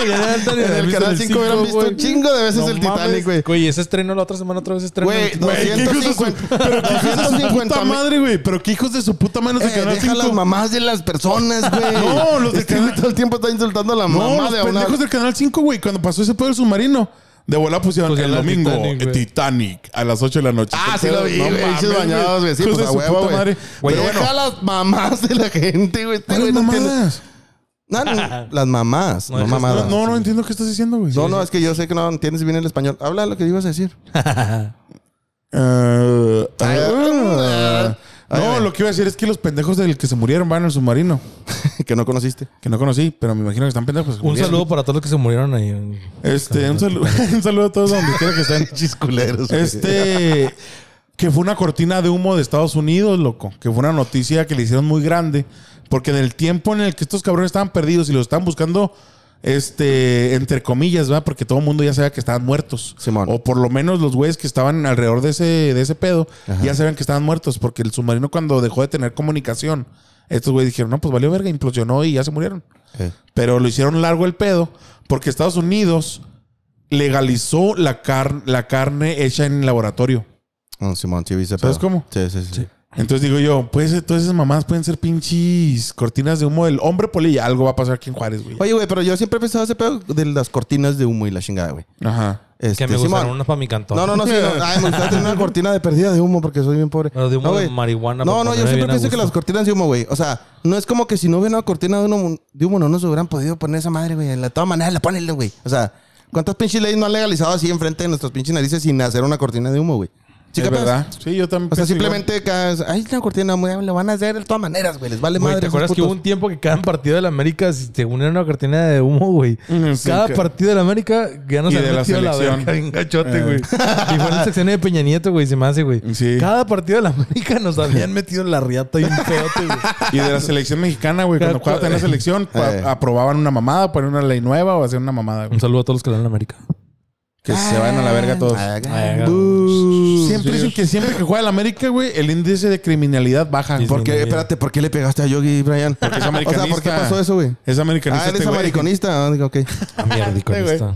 B: En el canal 5 hubieran visto un chingo de veces
C: No
B: el
C: mames,
B: Titanic, güey.
C: Güey, ese estreno la otra semana, otra vez estreno.
B: Güey,
A: Güey, qué hijos de su- Pero
B: 250.
A: qué hijos de su
B: 250
A: puta madre, güey. Pero qué hijos de su puta madre los
B: Eh,
A: del Canal
B: deja
A: 5.
B: las mamás de las personas, güey.
A: No, los de
B: Este
A: Canal-
B: güey todo el tiempo está insultando a la
A: No,
B: mamá
A: los
B: de una.
A: pendejos del Canal 5, güey. Cuando pasó ese pedo del submarino, de bola pusieron
C: Pusieron
A: el
C: el
A: domingo
C: Pues
A: eh,
C: Titanic,
A: Titanic,
C: güey.
A: a las 8 de la noche.
B: Ah,
A: Qué
B: sí
A: pedo,
B: lo vi, güey.
A: mames,
B: pinches bañados, güey. Sí,
A: Hijos de
B: pues a
A: su
B: huevo,
A: puta
B: güey.
A: madre.
B: Güey,
A: Pero bueno,
B: deja las mamás de la gente, güey. Este güey
A: ¿cuáles Ah.
B: no entiende-
A: mamadas?
B: No, no, las mamás, no,
C: No, esas-
B: mamadas.
A: No, no entiendo qué estás diciendo, güey.
B: No, no, es que yo sé que no entiendes bien el español. Habla lo que ibas a decir.
A: Eh,
B: Ay,
A: ah.
B: ay,
A: no,
B: ay.
A: lo que iba a decir es que los pendejos del que se murieron van al submarino.
B: que no conociste.
A: Que no conocí, pero me imagino que están pendejos.
C: Un saludo para todos los que se murieron ahí.
B: Eh,
A: Este, un saludo, un saludo a todos donde quiera que estén.
B: Chisculeros.
A: Este, que fue una cortina de humo de Estados Unidos, loco. Que fue una noticia que le hicieron muy grande. Porque en el tiempo en el que estos cabrones estaban perdidos y los estaban buscando este, entre comillas, ¿verdad? Porque todo el mundo ya sabía que estaban muertos.
B: Simón.
A: O por lo menos los güeyes que estaban alrededor de ese, de ese pedo
B: Ajá.
A: ya sabían que estaban muertos. Porque el submarino, cuando dejó de tener comunicación, estos güeyes dijeron, no, pues valió verga, implosionó y ya se murieron.
B: Eh.
A: Pero lo hicieron largo el pedo porque Estados Unidos legalizó la, car- la carne hecha en laboratorio.
B: No, Simón, sí, vi ese
A: ¿Sabes
B: pedo.
A: cómo?
B: Sí, sí, sí.
C: Sí.
A: Entonces digo yo, pues eh, todas esas mamás pueden ser pinches cortinas de humo del hombre polilla. Algo va a pasar aquí en Juárez, güey.
B: Oye, güey, pero yo siempre he pensado ese pedo de las cortinas de humo y la chingada, güey.
A: Ajá.
B: Este,
C: que me
B: Simón.
C: gustaron unas para mi cantón.
B: No, no, no, sí, no. Ay, me gustaría tener una cortina de perdida de humo porque soy bien pobre.
C: Pero de humo
B: No,
C: de
B: güey.
C: marihuana
B: No,
C: para
B: no, yo
C: ponerme
B: siempre
C: bien a
B: pienso que
C: gusto.
B: las cortinas de humo, güey. O sea, no es como que si no hubiera una cortina de humo, de humo no nos hubieran podido poner esa madre, güey. De todas maneras, la ponen, güey. O sea, ¿cuántas pinches leyes no han legalizado así enfrente de nuestras pinches narices sin hacer una cortina de humo, güey?
A: Sí,
B: ¿Sí capaz?
A: verdad. Sí, yo también.
B: O sea,
A: pienso igual.
B: simplemente cada vez, ay, una cortina, güey, lo van a hacer de todas maneras, güey. Les vale
C: Güey,
B: madre.
C: ¿te
B: esos
C: acuerdas que
B: putos.
C: hubo un tiempo que cada partido de la América si te unieron una cortina de humo, güey?
A: Mm, sí,
C: cada
A: que-
C: partido de la América ya nos
A: Y
C: han
A: de la
C: metido la
A: selección.
C: verga bien gachote,
A: Eh.
C: güey. Y fue en la sección de Peña Nieto, güey, se me hace, güey.
A: Sí.
C: Cada partido de la América nos habían metido la riata y un peote, güey.
A: Y de la selección mexicana, güey. Cuando
C: Claro,
A: jugaba en la selección, pa-
B: Eh.
A: aprobaban una mamada, ponían una ley nueva o hacían una mamada, güey.
C: Un saludo a todos los que le dan la América.
A: Que se vayan a la verga todos.
B: Ah,
C: Ay,
B: buh.
A: Siempre dicen que siempre que juega el América, güey, el índice de criminalidad baja.
C: Sí,
B: ¿Por
A: Porque
B: qué? Espérate, ¿por qué le pegaste a Yogi, Brian? Porque
A: es americanista.
B: O sea, ¿por qué pasó eso, güey?
A: es americanista.
B: Ah, eres
A: este güey.
B: americanista. Ah, digo, ok.
C: A mierdiconista.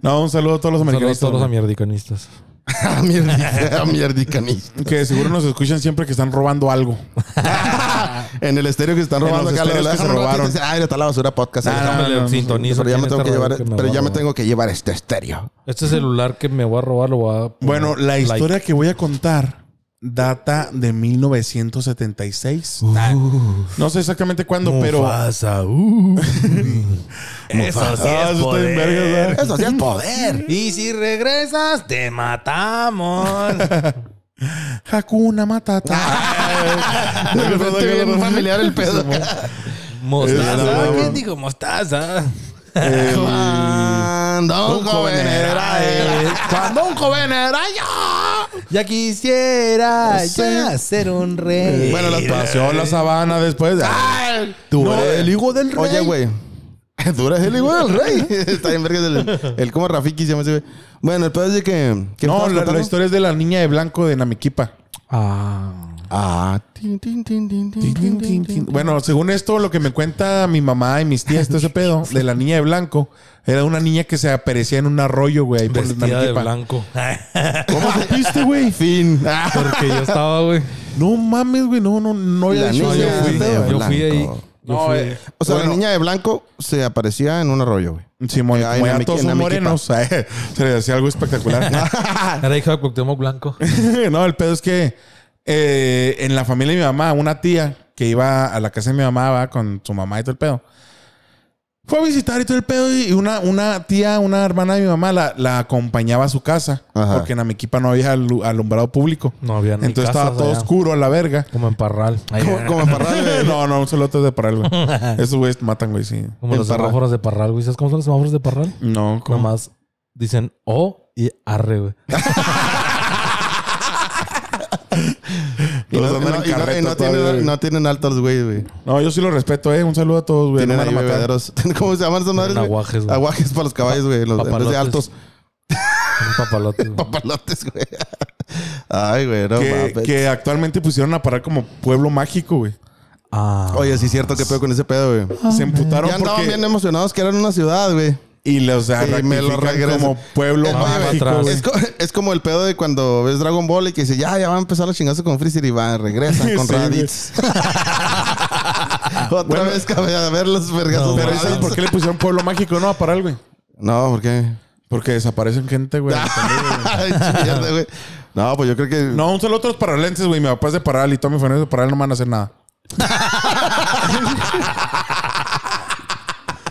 A: No, un saludo a todos los
C: Un saludo a
A: americanistas.
C: todos los
A: güey,
C: amierdiconistas.
B: Ah, mierdica- ah, mierdicanista.
A: Que seguro nos escuchan siempre que están robando algo.
B: En el estéreo que están
A: En
B: robando
A: los
B: acá,
A: estéreos
B: la-
A: que se
B: la-
A: robaron.
B: dice, Ay, está la basura podcast.
A: Ah, no,
B: Déjame-
C: Déjame
A: no,
C: le
A: no,
C: sintonizo.
B: pero ya
C: aquí
B: me
C: en
B: tengo que
C: esta
B: llevar,
C: radio me
B: pero
C: va a
B: ya me
C: robar.
B: tengo que llevar este estéreo.
C: Este celular que me voy a robar lo voy a...
A: Bueno, la
C: like.
A: historia que voy a contar data de 1976. Ah, No sé exactamente cuándo, pero.
C: Mufasa, uh. Eso sí
A: Ah, eso
C: es
A: está en verga,
C: poder.
A: ¿verdad?
B: Eso sí es poder.
C: Y si regresas, te matamos.
A: Hakuna Matata.
B: De repente bien familiar el pedo.
A: Este,
C: mostaza.
A: no,
C: ¿Quién
A: no.
C: dijo mostaza?
B: Cuando un Ah, joven era él. Cuando un joven era yo.
C: Ya quisiera
B: ya
C: ser un rey.
A: Ah, eh, Bueno, las paseó la sabana después.
B: Ay.
A: Tú
B: No,
A: eres el hijo del rey.
B: Oye, güey. Tú eres el hijo del rey. Está bien, verga. El, el como Rafiki se llama ese güey. Bueno, el pedo es de que. ¿qué me
A: No,
B: estabas
A: la, la
B: contando?
A: historia es de la niña de blanco de Namiquipa.
C: Ah.
B: Ah. tin, tin, tin, tin, tin, tin, tin, tin.
A: Bueno, según esto, lo que me cuenta mi mamá y mis tías, todo ese pedo, de la niña de blanco, era una niña que se aparecía en un arroyo, güey, ahí por
C: Vestida de
A: Namiquipa.
C: blanco.
A: ¿Cómo supiste, güey?
B: Fin.
C: Porque yo estaba, güey.
A: No mames, güey, no, no, no.
B: La
A: había dicho
C: No, yo
A: eso.
C: fui,
B: de
C: yo
B: blanco.
C: fui ahí. Yo
A: No,
C: fui
A: eh,
C: ahí.
B: O sea,
A: bueno,
B: la niña de blanco se aparecía en un arroyo, güey.
A: Simón,
B: Ay,
A: como
B: en
A: ya
B: la
A: todos
B: miqui- en la
A: son
B: miquipa.
A: morenos, Eh, se le hacía algo espectacular.
C: Era hija de Cuauhtémoc Blanco.
A: no, el pedo es que eh, en la familia de mi mamá, una tía que iba a la casa de mi mamá va con su mamá y todo el pedo. Fue a visitar y todo el pedo y una, una tía, una hermana de mi mamá la, la acompañaba a su casa
B: Ajá.
A: porque en Amequipa no había alu- alumbrado público.
C: No había ni
A: Entonces estaba
C: casas
A: todo
C: allá.
A: oscuro a la verga.
C: Como en Parral. Ahí,
B: Como, como parral, eh. güey.
A: no, no, un solo otro de paral, güey. Esos güeyes te matan, güey, sí.
C: Como
B: en
C: los
B: Parral.
C: semáforos de Parral, güey. ¿Sabes cómo son los semáforos de Parral?
A: No, como...
C: Nomás dicen O y arre, güey.
B: Y
A: Los
B: no,
A: andan
B: no-
A: en
B: y no- y
A: carreta
B: no
A: todavía,
B: tienen,
A: güey.
B: no tienen altos, güey, güey.
A: No, yo sí lo respeto, eh. Un saludo a todos, güey. No me
B: Tienen
A: van
B: ahí
A: a matar.
B: bebederos. ¿Cómo se llaman esas madres? güey?
C: aguajes, güey.
B: Aguajes para los caballos, güey. Los, en vez de
C: Papalotes.
B: altos,
C: Un papalote, güey.
B: papalotes, güey. Ay, güey, no
A: que,
B: mames.
A: que actualmente pusieron a parar como pueblo mágico, güey.
C: Ah.
B: Oye, sí es cierto, qué pedo con ese pedo, güey.
A: Se emputaron
B: Ah. Ya andaban
A: porque...
B: bien emocionados que eran una ciudad, güey.
A: Y los
B: Y me lo regreso.
A: como pueblo
B: Es-
C: más
A: mágico,
C: atrás.
A: güey.
B: Es, co- es como el pedo de cuando ves Dragon Ball y que dice, ya, ya va a empezar los chingazos con Freezer y va, regresan con
A: Sí, güey.
B: Raditz. Otra vez cabe a ver los vergazos.
C: No,
B: de
A: Pero ¿sabes
B: Raditz.
A: por qué le pusieron pueblo mágico? No, a parar, güey.
B: No, ¿por qué?
A: Porque desaparecen gente, güey.
B: Ay, mierda, güey. No, pues yo creo que...
A: No, un solo otros paralenses, güey. Mi papá es de Paral y toda mi familia es de Paral. No me van a hacer nada.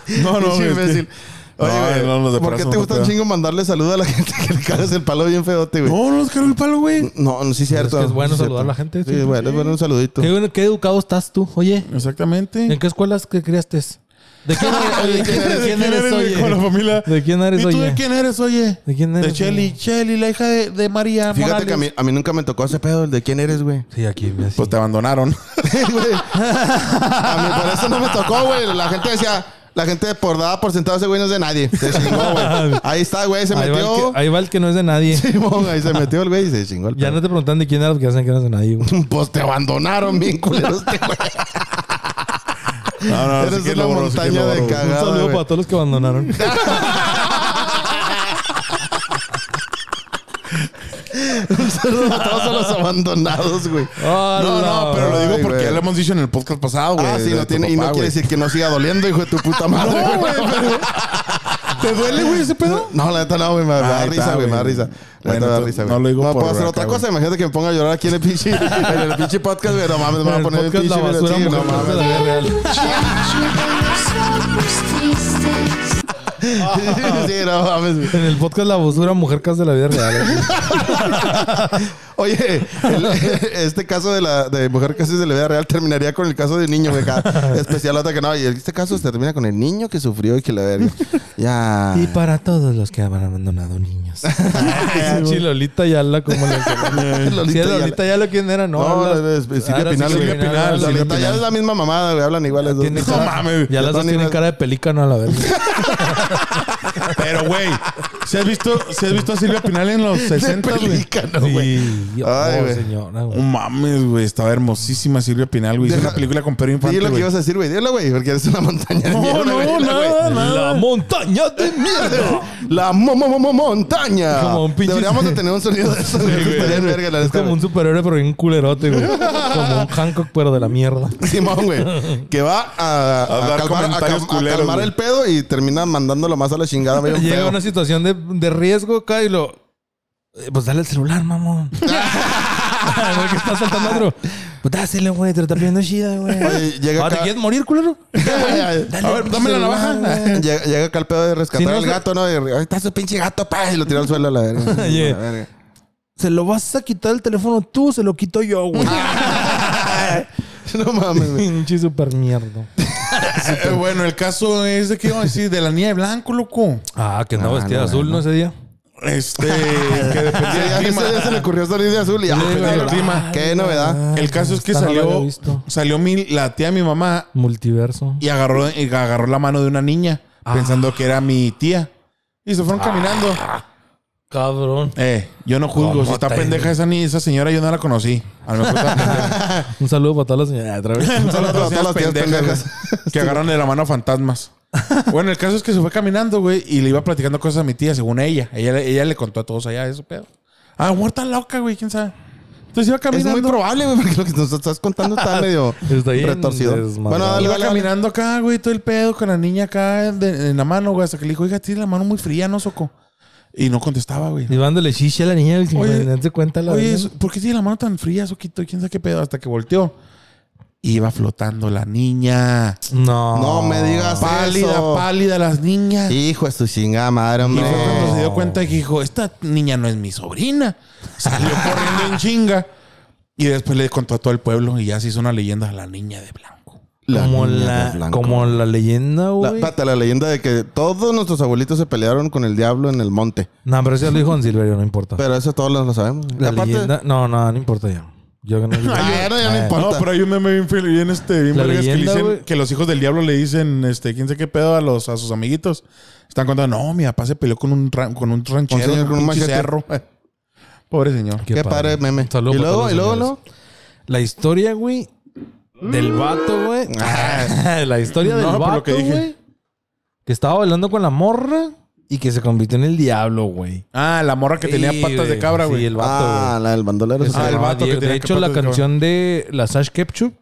A: no, no,
B: Pinche
A: güey. es que-
B: imbécil. Oye,
A: No,
B: güey,
A: no, los de
B: ¿por qué
A: Paral
B: te
A: son otro
B: gusta un
A: pedo.
B: chingo mandarle saludos a la gente que le cagas el palo bien fedote, güey?
A: No, no les cargo el palo, güey.
B: No, no, sí es cierto.
C: Es que es bueno
B: sí
C: saludar
B: cierto.
C: a la gente,
B: Sí,
C: siempre,
B: es bueno, es bueno un saludito.
C: ¿Qué, bueno- qué educado estás tú? Oye,
A: Exactamente.
C: ¿en qué escuelas que criaste? ¿De quién, oye, ¿de quién- de
A: ¿De
C: quién eres,
A: güey? Con la
C: oye?
A: familia.
C: ¿De quién eres,
A: ¿Y tú
C: oye?
A: de quién eres, oye?
C: ¿De quién eres,
A: De Chelly.
C: oye?
A: Chelly, la hija de, de María
B: Fíjate
A: Morales.
B: que a mí, a mí nunca me tocó ese pedo, el de quién eres, güey.
C: Sí, aquí. así.
B: Pues
A: Pues te abandonaron.
B: Güey. A mí por eso no me tocó, güey. La gente decía, La gente por dada por sentado ese güey no es de nadie. Se chingó, güey. Ahí está, güey, se
C: Ahí va, el
B: metió.
C: que, ahí va el que no es de nadie.
B: Simón, ahí se metió el güey y se chingó el
C: Ya
B: pedo.
C: no te preguntan de quién era porque ya saben que no es de nadie, güey.
B: Pues te abandonaron bien culero este güey.
A: No, no,
B: Eres
A: sí que
B: una
A: lo borró, sí que
B: montaña
A: lo
B: de
A: borró.
C: Un
B: cagada.
C: saludo
B: güey.
C: para todos los que abandonaron.
B: Un saludo para todos los abandonados, güey.
C: Ah,
A: No, no, pero lo
B: Ay,
A: digo porque
B: güey.
A: ya lo hemos dicho en el podcast pasado, güey.
B: Ah, sí,
A: de
B: no
A: tu
B: tiene, y no
A: papá,
B: quiere
A: güey.
B: decir que no siga doliendo, hijo de tu puta madre.
A: No, güey, pero- ¿Te duele, güey, ese pedo?
B: No, la neta no, güey, me da
A: Ahí
B: risa,
A: está,
B: güey, me da
A: güey.
B: risa. La
A: Bueno,
B: neta me da
A: entonces,
B: risa,
A: no
B: güey.
A: lo digo
B: No
A: por
B: puedo hacer
A: acá,
B: otra
A: güey.
B: cosa, imagínate que me ponga a llorar aquí en el pinche, en el pinche podcast, güey, no mames, me van a
C: el
B: poner el
C: podcast
B: pinche,
C: La
B: güey,
C: Basura
B: así, no
C: Mujer de la
B: mames.
C: Vida Real.
D: tristes.
B: Sí, no mames, güey.
C: En el podcast La Basura Mujer Cas de la Vida Real. güey.
B: Oye, el- este caso de la de mujer casi de la vida real terminaría con el caso de un niño, güey. cada- Especial otra que no. Y este caso se termina con el niño que sufrió y que la verga. Ya.
C: Y para todos los que han abandonado niños. Chilolita Yala, como le decían.
B: Lolita
C: Si es
B: Ayala.
C: Lolita Yala, ¿quién era? No,
B: No,
C: habla-
B: no, es- es Silvia
C: Ah, era
B: Pinal, güey.
C: Silvia
A: Silvia
C: Pinal,
A: Pinal,
C: la
A: Silvia
C: Lolita
B: Ya es
C: Ayala.
B: la misma mamada, güey. Hablan iguales. dos.
C: Tiene
B: No
C: cara-
B: mames.
A: mames.
C: Ya las dos
B: Tony
C: tienen
B: Ra-
C: cara de pelícano a la vez.
A: Pero, güey, si has visto, si has visto a Silvia Pinal en los 60, güey.
B: Pelícano, güey.
C: Sí,
B: Ay, güey.
C: oh, señora,
A: No
C: güey.
A: mames, güey, estaba hermosísima Silvia Pinal, güey. Hizo
B: Deja-
A: una película con Pedro
B: Dile
A: Infante,
B: lo que
A: güey.
B: ibas a decir, güey. Dilo, güey, porque eres una montaña de
A: No,
B: mierda, güey.
A: no,
B: Dila, güey.
A: nada,
C: La
A: nada.
C: montaña de mierda.
B: La mo- mo- mo- mo- montaña.
C: Como un pinche-
B: Deberíamos de tener un sonido de eso, güey. Eso estaría en verga, la
C: Es
B: neta,
C: como
B: güey.
C: un superhéroe, pero bien culerote, güey. Como un Hancock, pero de la mierda.
B: Simón, güey. Que va a,
A: A dar comentarios
B: a
A: culeros,
B: calmar
A: güey.
B: el pedo y termina mandándolo más a la chingada. medio
C: Llega
B: feo.
C: una situación de, de riesgo acá y lo. eh, Pues dale el celular, mamón. Güey, que está saltando otro. Pues dáselo, güey, te lo está pidiendo chida, güey.
B: Oye, llega
C: Ah, ¿Te
B: acá-
C: quieres morir, culero?
B: Dale,
A: A ver, dame la navaja.
B: Llega, llega acá el pedo de rescatar
C: pues, Si no
B: al
C: se-
B: gato, ¿no? Y, Ahí está su pinche gato, pa. Y lo tiró al suelo a la verga.
C: Oye.
B: A la verga.
C: Se lo vas a quitar el teléfono tú, se lo quito yo, güey.
B: No mames, Ah, güey.
C: Pinche super mierda.
A: Eh, bueno, el caso es de que iba a decir de la niña de blanco, loco.
C: Ah, que andaba
B: Ah,
C: vestida de
B: no,
C: azul,
B: bueno.
C: ¿no? Ese día.
A: Este, que dependía
C: Ah,
A: del
B: Pues Ya que
A: clima.
B: ese día se le ocurrió salir de azul y ah,
A: güey,
B: güey,
A: el
C: clima.
B: Qué
C: Ah,
B: novedad.
A: El caso es que
C: Esta no la había
A: salió,
C: visto.
A: salió mi, la tía de mi mamá
C: Multiverso.
A: y agarró, y agarró la mano de una niña
C: Ah.
A: pensando que era mi tía. Y se fueron caminando.
C: Cabrón.
A: Eh, yo no juzgo.
C: ¿Cómo
A: Si está
C: Ah. te-
A: pendeja esa, ni esa señora, yo no la conocí. A lo mejor está pendeja.
C: Un saludo para todas las señoras. Ah, Otra vez.
A: Son las
B: Para todas
A: señoras
B: las tías
A: pendejas que agarraron de la mano a fantasmas. Bueno, el caso es que se fue caminando, güey, y le iba platicando cosas a mi tía, según ella. Ella, le- ella le contó a todos allá eso, pedo. Ah, muerta loca, güey, quién sabe. Entonces iba
B: Es
A: caminando.
B: muy probable, güey, porque lo que nos estás contando está medio
C: Está bien
B: retorcido.
C: desmadrado.
B: Bueno, dale,
A: Iba
B: dale, dale.
A: caminando acá, güey, todo el pedo con la niña acá de- en la mano, güey, hasta que le dijo, oiga, tiene la mano muy fría, ¿no, Soco? Y no contestaba, güey.
C: Y dándole chiche a la niña. Oye, date cuenta la
A: Oye,
C: verga.
A: so- ¿por qué tiene la mano tan fría, Soquito? ¿Quién sabe qué pedo? Hasta que volteó. Iba flotando la niña.
C: No.
B: No me digas
A: Pálida,
B: eso.
A: pálida las niñas.
B: Hijo de su chingada madre,
A: Y
B: hombre.
A: fue cuando se dio cuenta que dijo, esta niña no es mi sobrina. Salió corriendo en chinga. Y después le contó a todo el pueblo y ya se hizo una leyenda a la niña de blanco.
C: como,
B: niña de
C: la,
B: blanco.
C: como la leyenda,
B: La,
C: güey.
B: espérate, la leyenda de que todos nuestros abuelitos se pelearon con el diablo en el monte.
C: No, pero eso ya lo dijo Don Silverio, no importa.
B: Pero eso todos lo, lo sabemos. Y
C: la
B: aparte-
C: leyenda. No, no, no importa ya. Yo que no.
B: Ah, ya no, ya no
C: Eh,
B: importa.
A: No, pero hay un meme bien, fel- bien, este, bien
C: La
A: vergas que, le
C: leyenda,
A: dicen
C: güey.
A: que los hijos del diablo le dicen, este, quién sé qué pedo a los a sus amiguitos. Están contando, no, mi papá se peleó con un, ra- con un ranchero,
B: señor
A: con
B: con
A: un
B: un
A: pinche
B: machete.
A: cerro. Pobre señor.
B: Qué padre meme.
C: Saludos
B: Y
C: para
B: luego,
C: todos
B: y
C: los
B: luego,
C: señores. La historia, güey, del vato, güey.
B: Ah,
C: la historia del
A: No, por lo
C: vato,
A: que dije.
C: güey. Que estaba bailando con la morra y que se convirtió en el diablo, güey.
A: Ah, la morra que tenía
C: Sí,
A: patas de
C: güey.
A: cabra, güey.
C: Sí, el vato,
B: Ah,
C: güey.
B: la del bandolero.
C: Que se
A: Ah, el
C: llamaba
A: vato que
C: Diego.
A: tenía
C: de
A: que
C: hecho,
A: patas
C: la
A: de cabra.
C: canción de la Sash Ketchup.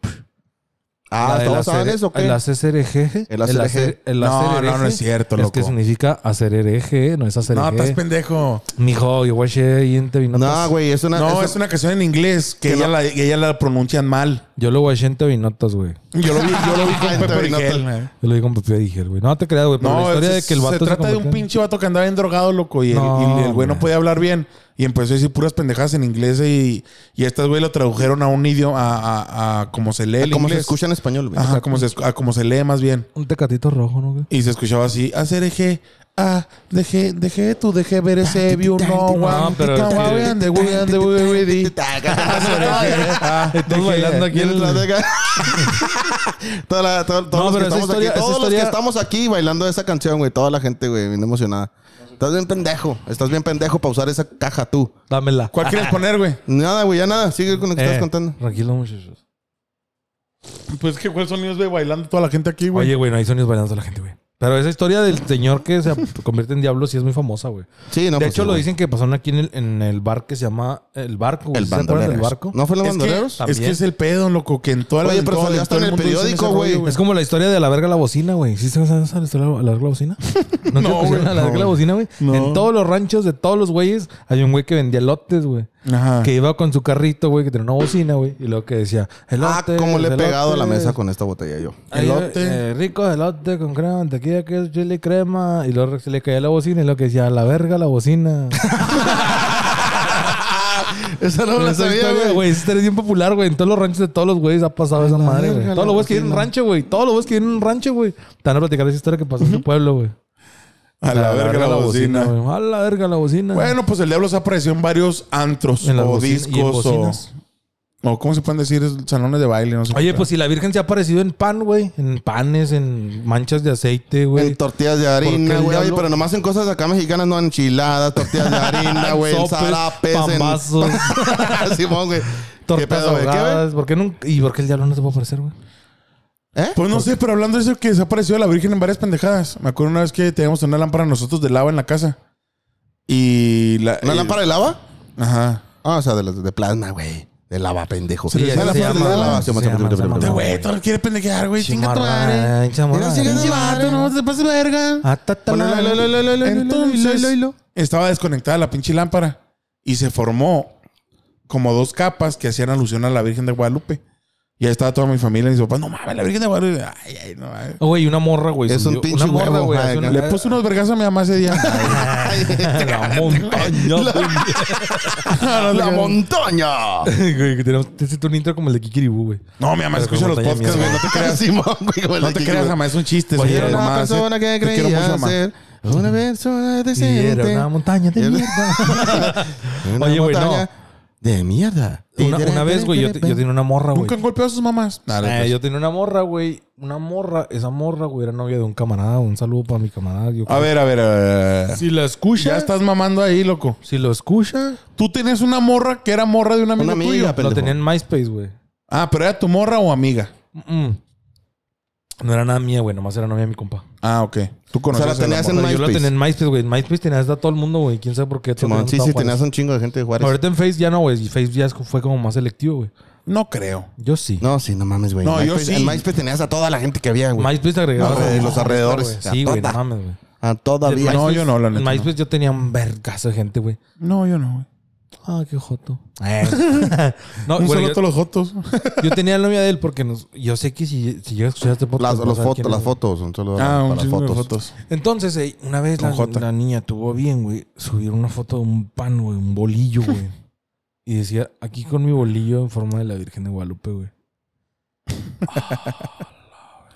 B: ah,
C: la de la
B: ¿todos saben
C: cere-
B: eso o qué?
C: El hacer hereje.
B: El hacer hereje.
C: El
A: No,
C: hacer
A: no, no
C: hereje
A: es cierto,
C: Es que
A: loco.
C: significa hacer hereje, no es hacer
A: no, estás
C: hereje.
A: pendejo.
C: Mijo, yo voy a y en
B: No, güey, es una...
A: No,
B: es-
A: es una canción en inglés que,
B: que
A: ella,
B: no-
A: la, que ella la pronuncian mal.
C: Yo lo voy a en Tevinotas, güey.
A: Yo lo vi, yo lo vi con
B: Ay,
A: Pepe
B: todavía no te-
A: Origel, güey.
C: Yo lo digo con Pepe Dijel, güey. No te creas, güey. Pero la
A: No,
C: historia
A: se,
C: de que el vato
A: se trata de un
C: convirtió en-
A: pinche vato que andaba bien drogado, loco. Y el,
C: No,
A: y el güey no
C: güey.
A: podía hablar bien. Y empezó a decir puras pendejadas en inglés. Y, y estas güey lo tradujeron a un idioma, a, a, a como se lee el
B: Como se
A: inglés.
B: escucha en español, güey.
A: Ajá, como se, escu- a como se lee más bien.
C: Un tecatito rojo, ¿no, güey?
A: Y se escuchaba así, hacer eje, Ah, dejé, dejé tu, dejé ver ese view, no,
C: No,
A: guau.
C: pero
A: Tica,
C: sí.
A: guau, ande, güey, ande, güey, güey, ah, di.
C: Estás Ah, bailando aquí en el...
B: Toda la- todo- todos
C: No,
B: los que
C: pero esa
B: estamos
C: historia-
B: aquí,
C: esa
B: todos los
C: historia-
B: que estamos aquí bailando esa canción, güey. Toda la gente, güey, bien emocionada. Estás bien pendejo. Estás bien pendejo para usar esa caja tú.
C: Dámela.
A: ¿Cuál quieres poner, güey?
B: Nada, güey, ya nada. Sigue con lo que
C: Eh,
B: estás contando.
C: Tranquilo, muchachos.
A: Pues que cuál sonido es de bailando toda la gente aquí, güey.
C: Oye, güey, no hay sonidos bailando a la gente, güey. Pero esa historia del señor que se convierte en diablo sí es muy famosa, güey.
B: Sí, no.
C: de
B: pues
C: hecho,
B: sí,
C: lo
B: güey.
C: dicen que pasaron aquí en el, en el bar que se llama El Barco. güey.
B: El
C: ¿Sí ¿Se acuerdan del
B: bandolero.
C: barco? ah,
B: ¿No fue los
A: es que,
B: bandoleros?
A: es que es el pedo, loco, que en toda la
B: Oye, pero
A: en todo-
B: salió hasta
A: todo
B: en el
A: mundo dicen
B: periódico,
A: ese
B: güey.
A: rollo,
C: Es como la historia de la verga la bocina, güey. ¿Sí se saben esa historia de la verga la bocina? No,
A: No,
C: no
A: güey,
C: la
A: no,
C: verga la
A: güey.
C: bocina, güey.
A: No.
C: En todos los ranchos de todos los güeyes hay un güey que vendía elotes, güey.
A: Ajá.
C: Que iba con su carrito, güey, que tenía una bocina, güey. Y lo que decía,
B: Ah,
C: elote.
B: cómo le he pegado a la mesa
C: con
B: con esta botella yo.
A: elote.
C: elote. eh, rico elote con crema, mantequilla, queso, chile y crema. Y luego se le caía la bocina y lo que decía, "A la verga la bocina.
B: Esa no
C: Esa historia, güey. Esa historia es bien popular, güey. En todos los ranchos de todos los güeyes ha pasado esa madre, güey.
A: verga,
C: Todos
A: la
C: los güeyes que vienen en un rancho, güey. Todos los güeyes que vienen en un rancho, güey. Te van a platicar esa historia que pasó en su pueblo, güey.
A: A la verga la bocina.
C: güey. A la verga la bocina.
A: Bueno, pues el diablo se ha aparecido en varios antros
C: En las
A: o
C: bocin- y en
A: discos o,
C: bocinas.
A: o cómo se pueden decir Es salones de baile, no sé.
C: Oye, pues si la Virgen se ha aparecido en pan, güey. En panes, en manchas de aceite, güey.
B: En tortillas de harina,
C: el
B: güey. Oye,
C: diablo?
B: pero nomás en cosas acá mexicanas, no enchiladas, tortillas de harina, güey, en
C: Sopes,
B: zarapes, en...
C: pambazos,
B: Simón, güey. ¿Qué
C: tortas
B: pedo, güey? ¿Qué, güey?
C: ahogadas. ¿Por qué nunca? ¿Y por qué el diablo no se puede aparecer, güey?
B: ¿Eh?
A: Pues no sé, pero hablando de eso que se ha aparecido la Virgen en varias pendejadas. Me acuerdo una vez que teníamos una lámpara nosotros de lava en la casa. Y la.
B: ¿Una
A: y-
B: lámpara de lava?
A: Ajá.
B: Ah, o sea, de, las- de plasma, güey. De lava, pendejo.
A: Sí,
B: Sí,
A: así
B: la
A: se
B: lámpara
A: llama,
B: de lava. Sí,
C: se llama,
B: sí,
C: se llama.
B: sí,
A: De
B: sí,
A: Este güey, todo lo quiere pendejear, güey. Chinga tu madre.
C: Ay,
A: Mira, chinga tu madre, no te pases verga.
C: Ah, Atatala.
A: Lo, lo, lo, lo, lo, Entonces,
C: lo, lo, lo.
A: estaba desconectada la pinche lámpara y se formó como dos capas que hacían alusión a la Virgen de Guadalupe. Y ahí estaba toda mi familia y mis papás, no mames, la Virgen de Guadalupe. Ay, ay, no mames.
C: Oh, Güey, una morra, güey.
B: Es
C: subió-
B: un pinche
C: Una morra,
B: huevo,
C: güey.
B: madre,
C: hace una-
A: Le puse unos vergazos a mi mamá ese día.
C: la montaña.
B: ¡La montaña!
C: Güey, que tenemos te hiciste un intro como el de Kikiribú, güey.
A: No, mi mamá
C: Pero
A: escucha
C: como
A: los
C: montaña
A: podcasts,
C: mía.
A: güey. No te creas.
B: Simón, güey, güey.
A: No te creas, mamá, es un chiste.
C: Oye,
A: señora,
B: Era una
A: mamá,
B: persona
A: sí.
B: que
A: eh, Te quiero mucho,
B: creía
A: mamá.
B: ser una persona
C: Y
B: decente.
C: era una montaña de mierda.
B: Una
C: Oye, güey,
B: montaña De mierda.
C: Una, una vez, güey, yo, yo tenía una morra, güey.
A: Nunca han golpeado a sus mamás. Nah,
C: Eh,
A: pues.
C: yo tenía una morra, güey. Una morra. Esa morra, güey, era novia de un camarada. Un saludo para mi camarada. yo
A: A
C: creo.
A: ver, a ver, a ver. a ver.
C: Si la escucha.
A: Ya estás mamando ahí, loco.
C: Si lo escucha.
A: Tú tenías una morra que era morra de una amiga,
B: Una amiga,
A: tuya.
B: pendejo.
C: Lo tenía en MySpace, güey.
A: Ah, pero era tu morra o amiga.
C: Mm. No era nada mía, güey. Nomás era novia de mi compa.
A: Ah, ok. Tú
B: O sea,
A: conocías
B: la
A: a la
B: tenías en
A: morra.
C: Pero yo la
B: MySpace.
C: tenía en MySpace, güey. En MySpace tenías a todo el mundo, güey. ¿Quién sabe por qué?
B: Simón, sí,
C: Todo
B: sí,
C: el mundo estaba
B: tenías
C: Juárez.
B: un chingo de gente de Juárez.
C: Ahorita en Face ya no, güey. Y Face ya fue como más selectivo, güey.
A: No creo.
C: Yo sí.
B: No, sí, no mames, güey.
A: No,
B: En
A: yo
B: MySpace-
A: sí.
B: En MySpace tenías a toda la gente que había, güey.
C: MySpace te agregaba
B: No, de los
C: Ah,
B: alrededores.
C: güey.
B: La
C: Sí, güey, no
B: tota.
C: mames, güey.
B: A todavía.
A: No, yo no, la neta,
C: En MySpace yo tenía un vergazo de gente, güey.
A: No, yo no, güey.
C: Ah, qué joto. no,
A: Un
C: bueno,
A: saludo a
C: yo,
A: todos los jotos.
C: yo tenía la novia de él porque nos- yo sé que si, si llegas a escuchar este podcast...
B: Las,
C: vas a
B: los
C: saber
B: fotos,
C: quién es,
B: las
C: güey.
B: fotos. Un saludo
A: Ah,
B: para
A: un
B: las
A: chingo de
B: fotos.
A: fotos.
C: Entonces, eh, una vez la,
A: Con J.
C: la niña tuvo bien, güey, subir una foto de un pan, güey, un bolillo, güey. y decía, aquí con mi bolillo en forma de la Virgen de Guadalupe, güey.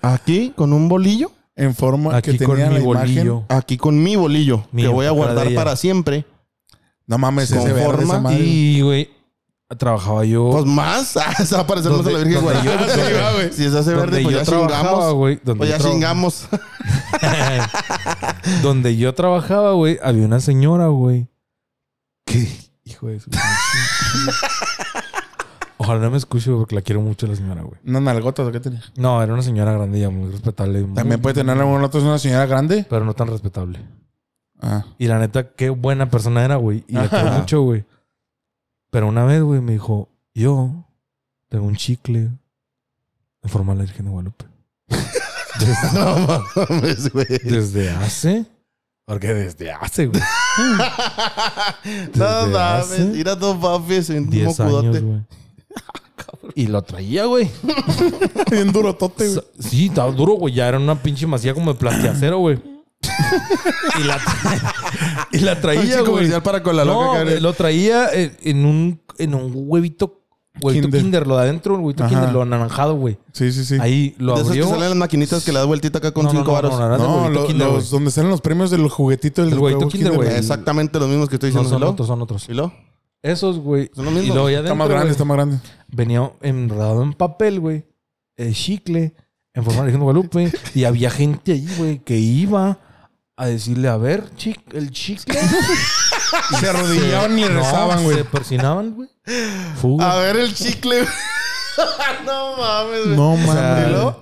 B: Aquí con un bolillo.
A: En forma
C: Aquí
A: Ah, que
C: con
A: tenía
C: mi
A: la imagen.
C: bolillo.
B: Aquí con mi bolillo.
C: Mío,
B: que voy a
C: para
B: guardar
C: ella.
B: para siempre.
A: No mames,
B: Con
A: ese verde,
B: forma
A: esa madre.
C: Y, güey, trabajaba yo...
B: Pues más. ah, Se va a parecer más a la
C: Oh. Donde-
B: Virgen, güey.
C: donde yo-
B: Sí, va, güey. Si se hace verde,
C: donde
B: pues
C: yo
B: ya
C: trabajaba,
B: chingamos.
C: güey. donde
B: Pues
C: yo
B: ya
C: traba-
B: chingamos.
C: Donde yo trabajaba, güey, había una señora, güey. Que, hijo de su. pinche madre. Ojalá no me escuche, güey, porque la quiero mucho la señora, güey.
A: Unas nalgotas, ¿o ¿qué tenía?
C: No, era una señora grande ya, muy respetable. muy-
A: También puede tener alguna otra, es una señora grande.
C: Pero no tan respetable.
A: Ah.
C: Y la neta, qué buena persona era, güey. Y la quiero
A: Ajá.
C: mucho, güey. Pero una vez, güey, me dijo, yo tengo un chicle en forma de la Virgen de Guadalupe.
B: No mames, güey.
C: Desde hace. Porque desde hace, güey.
B: No mames.
C: hace
B: Mira tu papi, es un
C: 10 años,
B: mocudote.
C: güey. Ah, Y lo traía, güey.
A: Bien durotote, güey.
C: Sa- Sí, estaba duro, güey. Ya era una pinche masía como de plastiacero, güey. y, la tra- y la traía,
B: Pinche
C: güey.
B: comercial para con la loca,
C: No,
B: cabrón.
C: lo traía en, en un, en un huevito Huevito
A: Kinder.
C: kinder. lo de adentro, huevito
A: Ajá.
C: kinder, lo anaranjado, güey.
A: Sí, sí, sí.
C: Ahí lo
B: De esos que
C: abrió.
B: salen las maquinitas que le das vueltita acá con
C: No, no,
B: cinco
C: no,
B: varos.
C: no, no, no, no,
A: No,
C: huevito
A: lo-
C: Kinder,
A: los,
C: güey.
A: donde salen los premios del juguetito del
C: El huevito
A: huevo
C: Kinder, güey.
B: Exactamente los mismos que estoy
C: No,
B: diciendo.
C: son
B: ¿Lo?
C: otros, son otros.
B: ¿Y lo?
C: Esos, güey.
B: Son lo mismo.
C: Y luego ya
A: Está más
C: adentro,
A: grande,
C: güey,
A: está más grande.
C: venía enredado en papel, güey. eh, chicle, en forma de Virgen de Guadalupe. y había gente ahí, güey, que iba a decirle, a ver, chic, el chicle.
A: Se arrodillaban y
C: No,
A: rezaban, güey.
C: Se persinaban, güey. Fuga.
B: ver el chicle. no mames, güey.
A: No
C: O sea,
A: mames.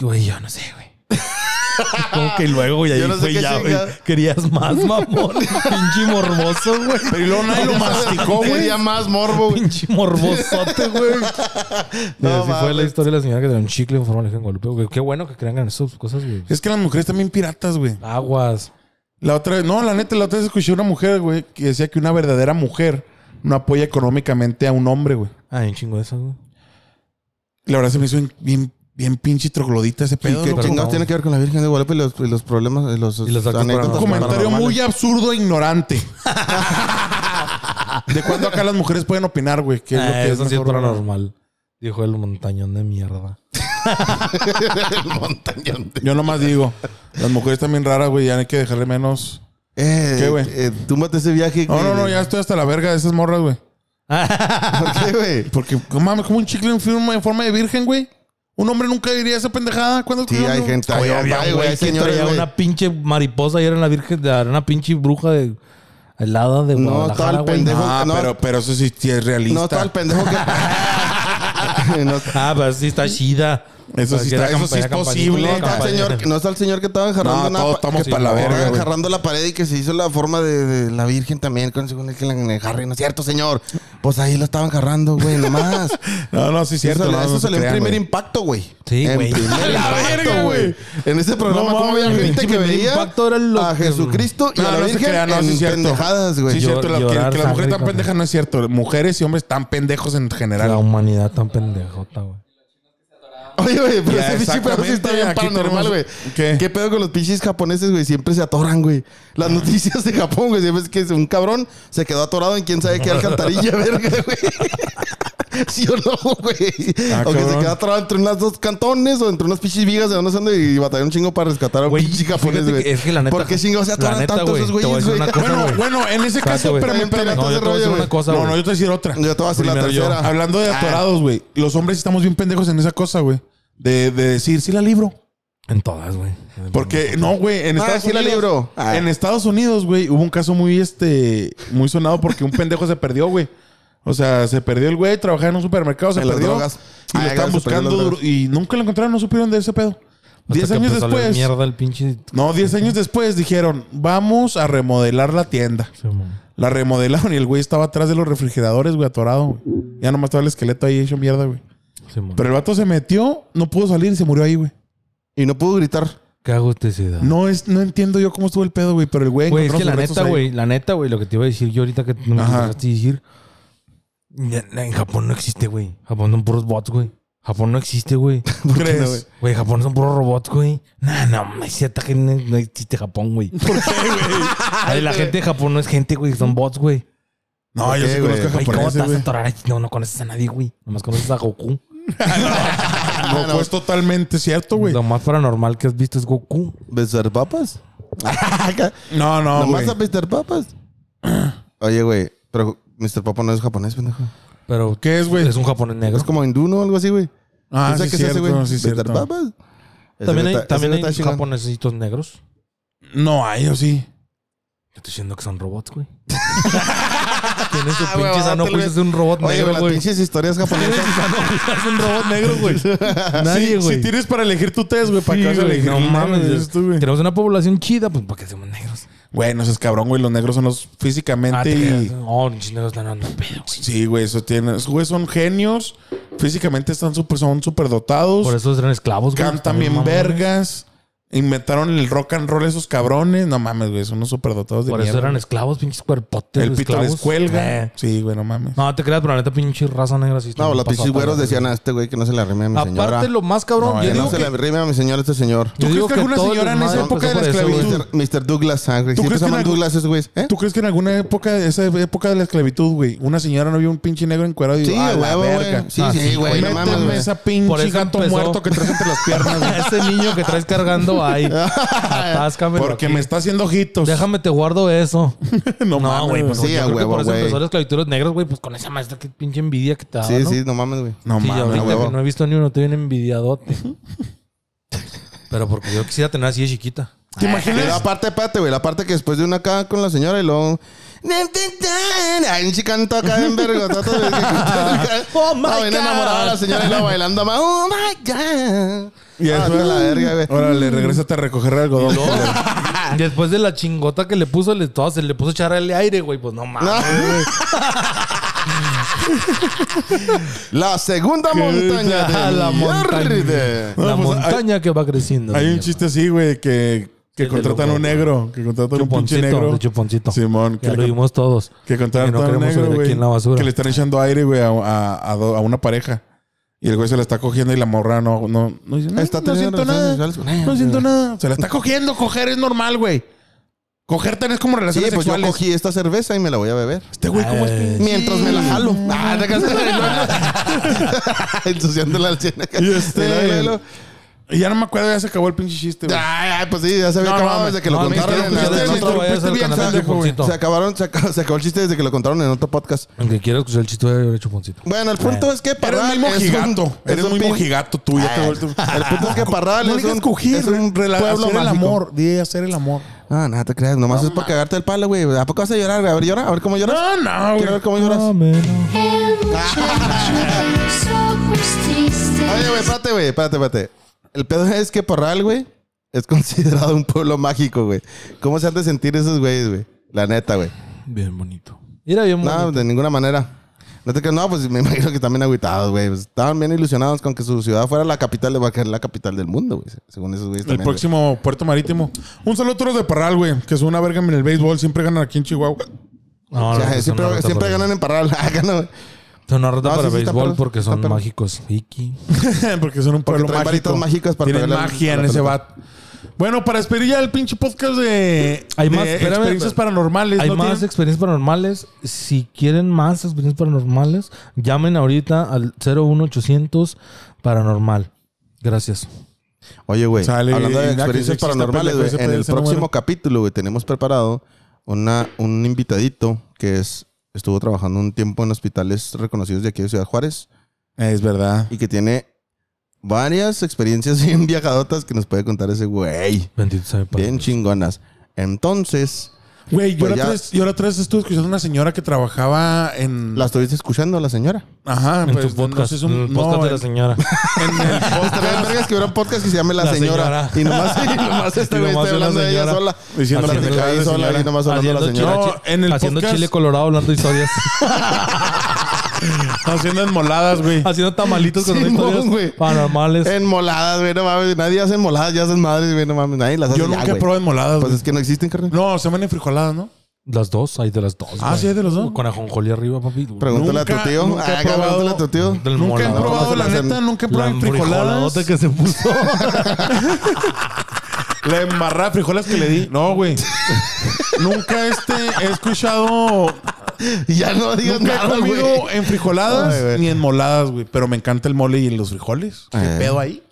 C: Güey, yo no sé, güey. Como que luego, güey, ahí
B: Yo no sé
C: fue
B: qué
C: ya, güey.
B: chingas.
C: Querías más, mamón. Pinche morboso, güey.
A: Pero y luego nadie lo masticó, güey.
B: más morbo,
C: Pinche morbosote, güey.
B: No
C: No, así fue la
B: mames.
C: historia de la señora que tenía un chicle en forma de Virgen de Guadalupe, güey. Qué bueno que crean en esas cosas, güey.
A: Es que las mujeres también piratas, güey.
C: Aguas.
A: La otra vez, no, la neta, la otra vez escuché a una mujer, güey, que decía que una verdadera mujer no apoya económicamente a un hombre, güey.
C: Ah, un chingo de esas, güey.
A: La verdad se me hizo bien, bien, bien pinche troglodita ese pedo.
B: ¿Qué
A: loco.
C: chingado?
B: chingados tiene que ver con la Virgen de Guadalupe y los, y los problemas, y los,
C: Y los actos
A: Un
B: anécdotas?
C: paranormales.
A: comentario
B: paranormales?
A: muy absurdo e ignorante. ¿De cuándo acá las mujeres pueden opinar, güey? ¿Qué es lo
C: Ah,
A: que es
C: eso sí es
A: mejor, güey?
C: paranormal. Dijo el montañón de mierda.
B: El montañón de-
A: Yo nomás digo, las mujeres también raras, güey, ya hay que dejarle menos.
B: Eh,
A: ¿Qué, güey?
B: eh, túmbate ese viaje.
A: No,
B: que-
A: no, no, ya estoy hasta la verga de esas morras, güey.
B: ¿Por qué, güey?
A: Porque, no mames, como un chicle en forma, en forma de virgen, güey. Un hombre nunca diría esa pendejada. ¿Cuándo
B: Sí, hay gente. Hay,
A: Oye,
B: hombre,
A: había-
B: hay, güey, hay señores,
C: Traía
B: güey.
C: una pinche mariposa y era la virgen, de, era una pinche bruja de helada de
B: No,
C: Guadalajara,
B: tal
C: güey.
B: pendejo.
A: Ah,
B: No.
A: pero, pero eso sí, sí es realista.
B: No, todo el pendejo que... no,
C: Ah, pero sí está chida.
A: Eso sí
C: Cualquiera
A: está- eso sí
C: campa-
A: es
C: campanita,
A: posible.
B: no
A: Una
B: está el
C: campanita.
B: señor, no está el señor que estaba enjarrando
A: No,
B: una
A: todos
B: pa-
A: estamos
B: que
A: pa' la verga,
B: estaba
A: güey.
B: enjarrando la pared y que se hizo la forma de, de la Virgen también, con según el que la enjarre, no es cierto, señor. Pues ahí lo estaba enjarrando, güey, nomás.
A: No, no, sí es cierto.
B: eso
A: no,
B: eso
A: no se
B: salió en
A: crean,
B: primer
A: güey.
B: impacto, güey.
C: Sí,
B: En
C: güey.
B: primer
C: A la
B: impacto,
A: verga, güey.
B: En ese programa,
A: No
B: ¿cómo
A: mames,
B: había
A: güey.
B: gente que
C: Primer
B: veía
C: impacto era lo
B: a
C: que-
B: Jesucristo y
A: No,
B: a la
A: no se
B: Virgen
A: crean, no, sí
B: en
A: es cierto.
B: pendejadas, güey.
A: Sí, es
C: Yo-
A: cierto. la- que-
C: llorar
A: que, las
C: sangre
A: mujeres tan
C: con-
A: pendejas no es cierto. Mujeres y hombres tan pendejos en general.
C: La humanidad tan pendejota, güey.
B: Oye, güey, pero
A: Ya,
B: ese pinche pedo sí está
A: exactamente,
B: bien
A: aquí
B: paranormal,
A: tenemos-
B: güey.
A: ¿Qué?
B: ¿Qué? pedo con los pinches japoneses, güey? Siempre se atoran, güey. Las noticias de Japón, güey. Siempre es que un cabrón se quedó atorado en quién sabe qué alcantarilla, verga, güey. ¿Sí o no, güey?
A: Ah,
B: o que se
A: cabrón.
B: quedó atorado entre unas dos cantones o entre unas pinches vigas de no sé dónde y batalló un chingo para rescatar a un
C: Güey,
B: pinche japonés,
C: fíjate que-
B: güey.
C: es que la neta-
B: ¿Por qué chingados se
C: la
B: atoran
C: neta,
B: tanto
C: güey,
B: esos
C: te voy a
B: güeyes,
C: decir
B: güey?
C: una cosa,
A: Bueno,
C: güey.
A: bueno, en ese
C: Espérate,
A: caso,
C: güey.
A: espérame,
B: Está bien
A: espérame.
B: pirata
C: No, yo
B: ese
C: te voy a
B: rollo,
C: decir
B: güey.
C: una cosa,
A: No, no,
C: güey.
A: yo te voy a decir otra.
B: Yo te voy a decir la
C: Primero yo.
B: tercera.
A: Hablando de atorados, güey. Los hombres estamos bien pendejos en esa cosa, güey. De, de decir, sí la libro.
C: En todas, güey.
A: Porque, no, güey, en
B: Ah,
A: Estados
B: sí la
A: Unidos.
B: libro. Ah.
A: En Estados Unidos, güey, hubo un caso muy, este, muy sonado porque un pendejo se perdió, güey. O sea, se perdió el güey, trabajaba en un supermercado, se
B: En las
A: perdió.
B: drogas.
A: Y
B: Ah,
A: lo estaban
B: ya, se perdió en
A: buscando
B: las
A: duro- y nunca lo encontraron, no supieron de ese pedo. Diez años después.
C: mierda el pinche.
A: No, diez años después dijeron, vamos a remodelar la tienda.
C: Sí, man.
A: La remodelaron y el güey estaba atrás de los refrigeradores, güey, atorado. güey. Ya nomás estaba el esqueleto ahí hecho mierda, güey.
C: Sí, man.
A: Pero el vato se metió, no pudo salir y se murió ahí, güey.
B: Y no pudo gritar.
C: Qué agosticidad.
A: No, es, no entiendo yo cómo estuvo el pedo, güey, pero el güey
C: Güey, es
A: encontró
C: que la
A: sus restos
C: neta,
A: ahí.
C: güey, la neta, güey, lo que te iba a decir yo ahorita que no me
A: Ajá.
C: dejaste decir. ya- En Japón no existe, güey. Japón son puros bots, güey. Japón no existe, güey.
A: ¿Crees?
C: Güey, Japón son puros robots, güey. Nah, no, no es cierta que no, no existe Japón, güey. ¿Por qué, güey? la gente de Japón no es gente, güey, son bots, güey.
A: No, yo
B: ¿Por
A: sí
B: qué,
A: conozco
C: Güey, ¿cómo te
A: japoneses,
C: vas a
A: güey.
C: atorar aquí? No, no conoces a nadie, güey. Nomás conoces a Goku.
A: No,
B: no.
A: pues totalmente cierto, güey.
C: Lo más paranormal que has visto es Goku.
B: ¿Besar papas?
A: No, no, Ah, güey.
B: ¿Nomás a Mr. Papas? Oye, güey, pero Mr. Papa no es japonés, pendejo.
C: Pero
A: ¿Qué es, güey?
C: Es un japonés negro.
B: Es como hindú o algo así, güey.
A: Ah, sí,
B: ¿Quién sabe qué es
A: cierto,
B: ese, güey?
A: sí,
B: ¿Mr.
A: cierto.
B: Papas? Ese
C: También
B: güey
C: hay,
B: está- ese
C: también
B: güey está
C: hay
B: chingón.
C: japonesitos negros.
A: No, ay, yo sí.
C: Yo estoy diciendo que son robots, güey. Tienen su
B: Ah, güey,
C: pinche
B: dátelo,
C: sano juicio,
B: güey.
C: es un robot
B: Oye,
C: negro,
B: güey, las
C: güey.
B: pinches historias japonesas.
C: Es un robot negro, güey.
A: Sí,
C: Nadie, güey.
A: Si tienes para elegir tu test, güey, para
C: Sí,
A: qué vas a
C: güey,
A: elegir.
C: No
A: el
C: mames.
A: negro, dices tú, güey.
C: Tenemos una población chida, pues para que seamos negros.
A: Güey, no seas cabrón, güey. Los negros son los
C: Ah,
A: físicamente
C: te creas.
A: y...
C: No, pinches negros están andando pedo, güey.
A: Sí, güey, eso tiene... esos Güey, son genios. Físicamente están súper... Son súper dotados.
C: Por eso eran esclavos, güey.
A: Cantan bien
C: mamones.
A: vergas. Inventaron el rock and roll esos cabrones. No mames, güey. Son unos superdotados de
C: Por eso
A: mierda.
C: eran esclavos, pinches cuerpotes.
A: el
C: de
A: pito les
C: esclavos.
A: cuelga.
C: Eh.
A: Sí, güey, no mames.
C: No, te creas, pero la neta, pinche raza negra. Sí, está
B: No,
C: muy
B: los pinches
C: pasada,
B: güeros
C: güey.
B: decían a este güey que no se le arrime a mi señora.
C: Aparte, lo más cabrón.
A: No,
C: yo
B: Que
A: digo
B: no se le arrime a mi señor este señor.
A: ¿Tú
C: Yo
A: crees
C: digo
A: que
C: que
A: alguna
C: todo el
A: señora en esa
C: desmadre
A: época de la
C: empezó por eso, güey.
A: esclavitud?
B: Mr. Mr. Douglas, ah, siempre
A: crees
B: se
A: que
B: llaman
A: la-
B: Douglas esos güeyes. ¿Eh?
A: ¿Tú crees que en alguna época de esa época de la esclavitud, güey, una señora no vio un pinche negro encuerado y
B: Sí,
A: dijo, ah,
B: güey,
A: la
B: güey.
A: verga?
B: Sí,
C: Ah,
B: sí,
C: sí,
B: güey. No
A: Méteme
B: mames, güey.
A: esa pinche
C: eso
A: gato
C: empezó.
A: muerto que traes entre las piernas, güey.
C: Ese niño que traes cargando ahí. Atáscame.
A: Porque me está haciendo ojitos.
C: Déjame, te guardo eso.
A: no,
C: No,
A: mames,
C: güey, pues
B: Sí,
C: yo
B: a
C: creo que
B: huevo,
C: por eso
B: güey.
C: empezó la esclavitud de los negros, güey, pues con esa maestra que pinche envidia que te da.
B: Sí,
C: ¿no?
B: sí, no mames, güey.
A: No
C: Sí, y
A: mames,
C: ahorita
A: güey.
B: huevo.
C: que no he visto ni uno, estoy bien envidiadote. Pero porque yo quisiera tener así de chiquita.
A: ¿Te
B: Y la
A: imaginas?
B: parte, espérate, güey. La parte que después de una acá con la señora y luego. Ay, un chicanto acá en vergo.
C: Oh, my
B: Ah, viene
C: God.
B: enamorada la señora y la bailando más. Oh my God.
A: Y
B: Ah,
A: eso
B: la verga, güey.
A: Órale, regrésate a recoger algodón. culero. Ah.
C: Después de la chingota que le puso, le, todo, se le puso echar el aire, güey. Pues no mames.
B: La segunda montaña
C: Ah,
B: de
C: la montaña.
A: No,
C: la
A: pues,
C: montaña que va creciendo.
A: Hay un
C: mierda.
A: chiste así, güey, que, que
C: El de
A: contratan
C: lobo,
A: un negro. Que contratan un pinche
C: Chuponcito,
A: negro.
C: de chuponcito.
A: Simón, que
C: Ya lo
A: le,
C: vimos todos.
A: Que
C: Que
A: contaron
C: no
A: todo
C: queremos
A: negro,
C: oler aquí
A: güey,
C: en la basura.
A: Que le están echando aire, güey, a, a- a do- a una pareja. Y el güey se la está cogiendo y la morra no, no, no dice, no,
B: Está
A: no
B: teniendo
A: siento nada.
B: relaciones sexuales Eh. con ella,
A: No siento
B: güey.
A: nada. Se la está cogiendo. Coger es normal, güey. Coger también es como
B: Sí,
A: relaciones
B: pues yo
A: sexuales.
B: cogí Eh. esta cerveza y me la voy a beber.
A: Este güey, ¿cómo es que-
B: Mientras me la jalo. Ah, te casas. Ensuciándola al cien.
A: Y este-
B: Y luego, y luego,
A: Y ya no me acuerdo, ya se acabó el pinche chiste, güey.
B: Ay, ay, pues sí, ya se había
A: No,
B: acabado
A: no, pues,
B: desde que lo
C: no, me
B: contaron.
C: dijeron
B: en-
C: que
B: en
C: ustedes
B: otro-
C: no vayas al canal de
B: pendejo, güey.
C: Chuponcito.
B: Se acabaron, se acabó, se acabó el chiste desde que lo contaron en otro podcast.
C: Aunque quiero escuchar el chiste de Chuponcito.
B: Bueno, el punto es que
A: Eres
B: Parral
A: muy
B: es un-
A: mojigato.
B: es
A: Eres
B: un
A: muy
B: pin-
A: mojigato tú. Ya te
B: Ay,
A: vuelto-
B: El punto es que Parral
A: No
B: es,
A: digas
B: un,
A: coger,
B: es un
A: rela-
B: pueblo
A: hacer el
B: mágico.
A: amor. Di hacer el amor.
B: Ah, nada, te creas. Nomás es para cagarte el palo, güey. ¿A poco vas a llorar? güey? A ver, llora. A ver cómo lloras.
A: No, no,
B: Quiero ver
A: güey.
B: cómo lloras.
D: El muchacho de los ojos tristes.
B: Oye, güey, espérate, güey, espérate, espérate. El pedo es que Parral, güey, es considerado un pueblo mágico, güey. ¿Cómo se han de sentir esos güeyes, güey? La neta, güey.
C: Bien bonito. Mira, bien bonito.
B: No, de ninguna manera. No te creas, no, pues me imagino que también agüitados, güey. Pues, estaban bien ilusionados con que su ciudad fuera la capital de Bacar, la capital del mundo, güey. Según esos güeyes
A: El
B: también, güey.
A: próximo puerto marítimo. Un saludo a todos los de Parral, güey. Que son una verga en el béisbol. Siempre ganan aquí en Chihuahua.
C: No,
B: O
C: no,
B: sea,
C: son una
B: siempre
C: rata
B: siempre
C: para-
B: ganan en Parral. Acá no, güey.
C: Son una rata
B: No,
C: para
B: sí, sí, está
C: béisbol
B: perro,
C: porque son
B: está perro.
C: mágicos. Iki.
A: Porque son un
B: Porque
A: pueblo mágico.
B: traen varitas mágicas para
A: Tienen
B: pegarle a la-
A: magia
B: a la
A: en ese bat.
B: pelota.
A: Bueno, para despedir ya el pinche podcast de,
C: Hay
A: de
C: más, espérame,
A: experiencias
C: espérame.
A: paranormales.
C: Hay
A: ¿no
C: más
A: tienen?
C: experiencias paranormales. Si quieren más experiencias paranormales, llamen ahorita al 01800 paranormal. Gracias.
B: Oye, güey,
A: Sale,
B: hablando de
A: mira, que sí
B: experiencias
A: existe
B: paranormales,
A: pendejo
B: güey,
A: ese
B: en el
A: pendejo, no
B: próximo
A: muero.
B: capítulo, güey, tenemos preparado una, un invitadito que es, estuvo trabajando un tiempo en hospitales reconocidos de aquí de Ciudad Juárez
A: Es verdad.
B: y que tiene varias experiencias bien viajadotas que nos puede contar ese güey.
C: Bendito sea mi Padre.
B: Bien chingonas. Entonces,
A: Güey, yo,
B: Pues
A: la
B: ya-
A: otra vez- yo la otra vez estuve escuchando a una señora que trabajaba en.
B: ¿la estuviste escuchando la señora?
A: Ajá,
C: En
A: pues,
C: tu podcast.
A: no sé, es un-
C: en el podcast
A: no, eh,
C: de la
A: en-
C: señora.
A: en el
B: Estaría vergas que hubiera un podcast que se llame La,
C: La
B: señora.
C: Señora.
B: Y nomás, y nomás este
C: Y
B: güey
C: nomás
B: está
C: una
B: hablando de ella
C: señora.
B: sola.
A: Diciendo
B: Haciendo
A: pendejadas
B: pendejada
A: de
B: ahí sola
A: señora.
B: y nomás hablando la señora.
A: chile-
C: chile-
A: No, en el
C: haciendo
A: podcast-
C: chile colorado hablando historias.
A: haciendo enmoladas, güey.
C: haciendo tamalitos con
B: Simón,
C: historias
B: güey.
C: paranormales.
B: En moladas, güey, no mames. Nadie hace moladas, ya hacen madres, güey, no mames. Nadie las hace.
A: Yo
B: ya,
A: nunca he
B: güey.
A: probado enmoladas,
B: Pues
A: güey.
B: es que no existen, carnal.
A: No, se ven en frijoladas, ¿no?
C: Las dos, hay de las dos.
A: Ah,
C: güey.
A: sí, hay de los dos.
C: Con ajonjolí arriba, papi.
B: Pregúntale a
A: Nunca-
B: tu tío.
A: nunca he
B: Ah, acá,
A: probado-
B: pregúntale a tu tío.
C: Del
A: Nunca he
C: moladón.
A: probado, la
B: Las hacen-
A: neta, nunca he probado en frijoladas.
C: frijoladote que se puso.
A: La embarrada de frijoles que le di. No, güey. nunca este he escuchado.
B: Y ya no digas
A: Nunca he
B: nada, güey.
A: comido en frijoladas
B: Ay, güey.
A: ni en moladas, güey. Pero me encanta el mole y los frijoles. ¿Qué
B: Eh.
A: pedo ahí?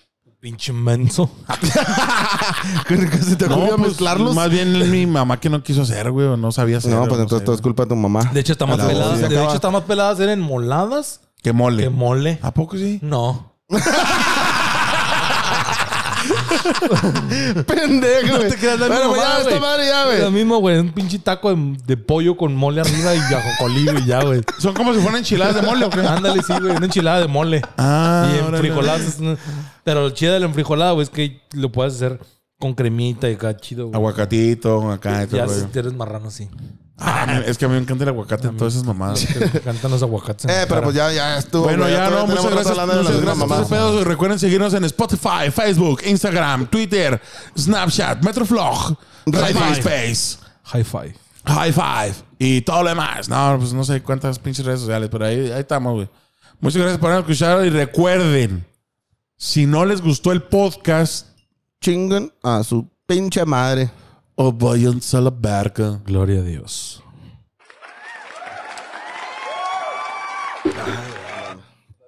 C: Pinche menso.
B: Casi te ocurrió mezclarlos.
A: pues, Más bien es mi mamá que no quiso hacer, güey. o No sabía hacer.
B: No,
A: o
B: pues entonces
A: sé,
B: todo es culpa de tu mamá.
C: De hecho, está más
B: A la
C: peladas.
B: bolsa.
C: De hecho, está más peladas en moladas
A: güey. Que mole.
C: que mole.
A: ¿A poco sí?
C: No.
B: pendejo, güey.
C: te creas, la
B: Bueno, pues ya,
C: misma mamada,
B: esta
C: güey.
B: madre ya,
C: Es lo
B: güey.
C: mismo, güey. Un pinche taco de, de pollo con mole arriba y ajonjolí, güey. Ya, güey.
A: ¿Son como si fueran enchiladas de mole o qué?
C: Ándale, sí, güey. Una enchilada de mole.
A: Ah,
C: y en
A: órale.
C: frijoladas. es una- Pero lo chido de la enfrijolada, güey, es que lo puedes hacer con cremita y acá chido, güey.
A: Aguacatito, acá. y todo
C: Ya
A: el Ah, rollo.
C: si eres marrano, sí.
A: Ah, me- es que a mí me encanta el aguacate, todas esas mamadas.
C: Me encantan los aguacates. en
B: Eh,
C: la
B: pero
C: cara.
B: pues ya, ya estuvo.
A: Bueno,
B: güey,
A: ya
B: otra
A: no,
B: vez tenemos
A: muchas
B: rato
A: gracias.
B: hablando de la
A: Muchas
B: misma
A: gracias por
B: mamada.
A: sus pedos. Recuerden seguirnos en Spotify, Facebook, Instagram, Twitter, Snapchat, Metroflog,
B: High five.
A: MySpace,
C: High five.
A: High Five y todo lo demás. No, pues no sé cuántas pinches redes sociales, pero ahí, ahí estamos, güey. Muchas gracias por escuchar y recuerden, si no les gustó el podcast,
B: Chingan a su pinche madre.
A: o vayan a la verga.
C: Gloria a Dios.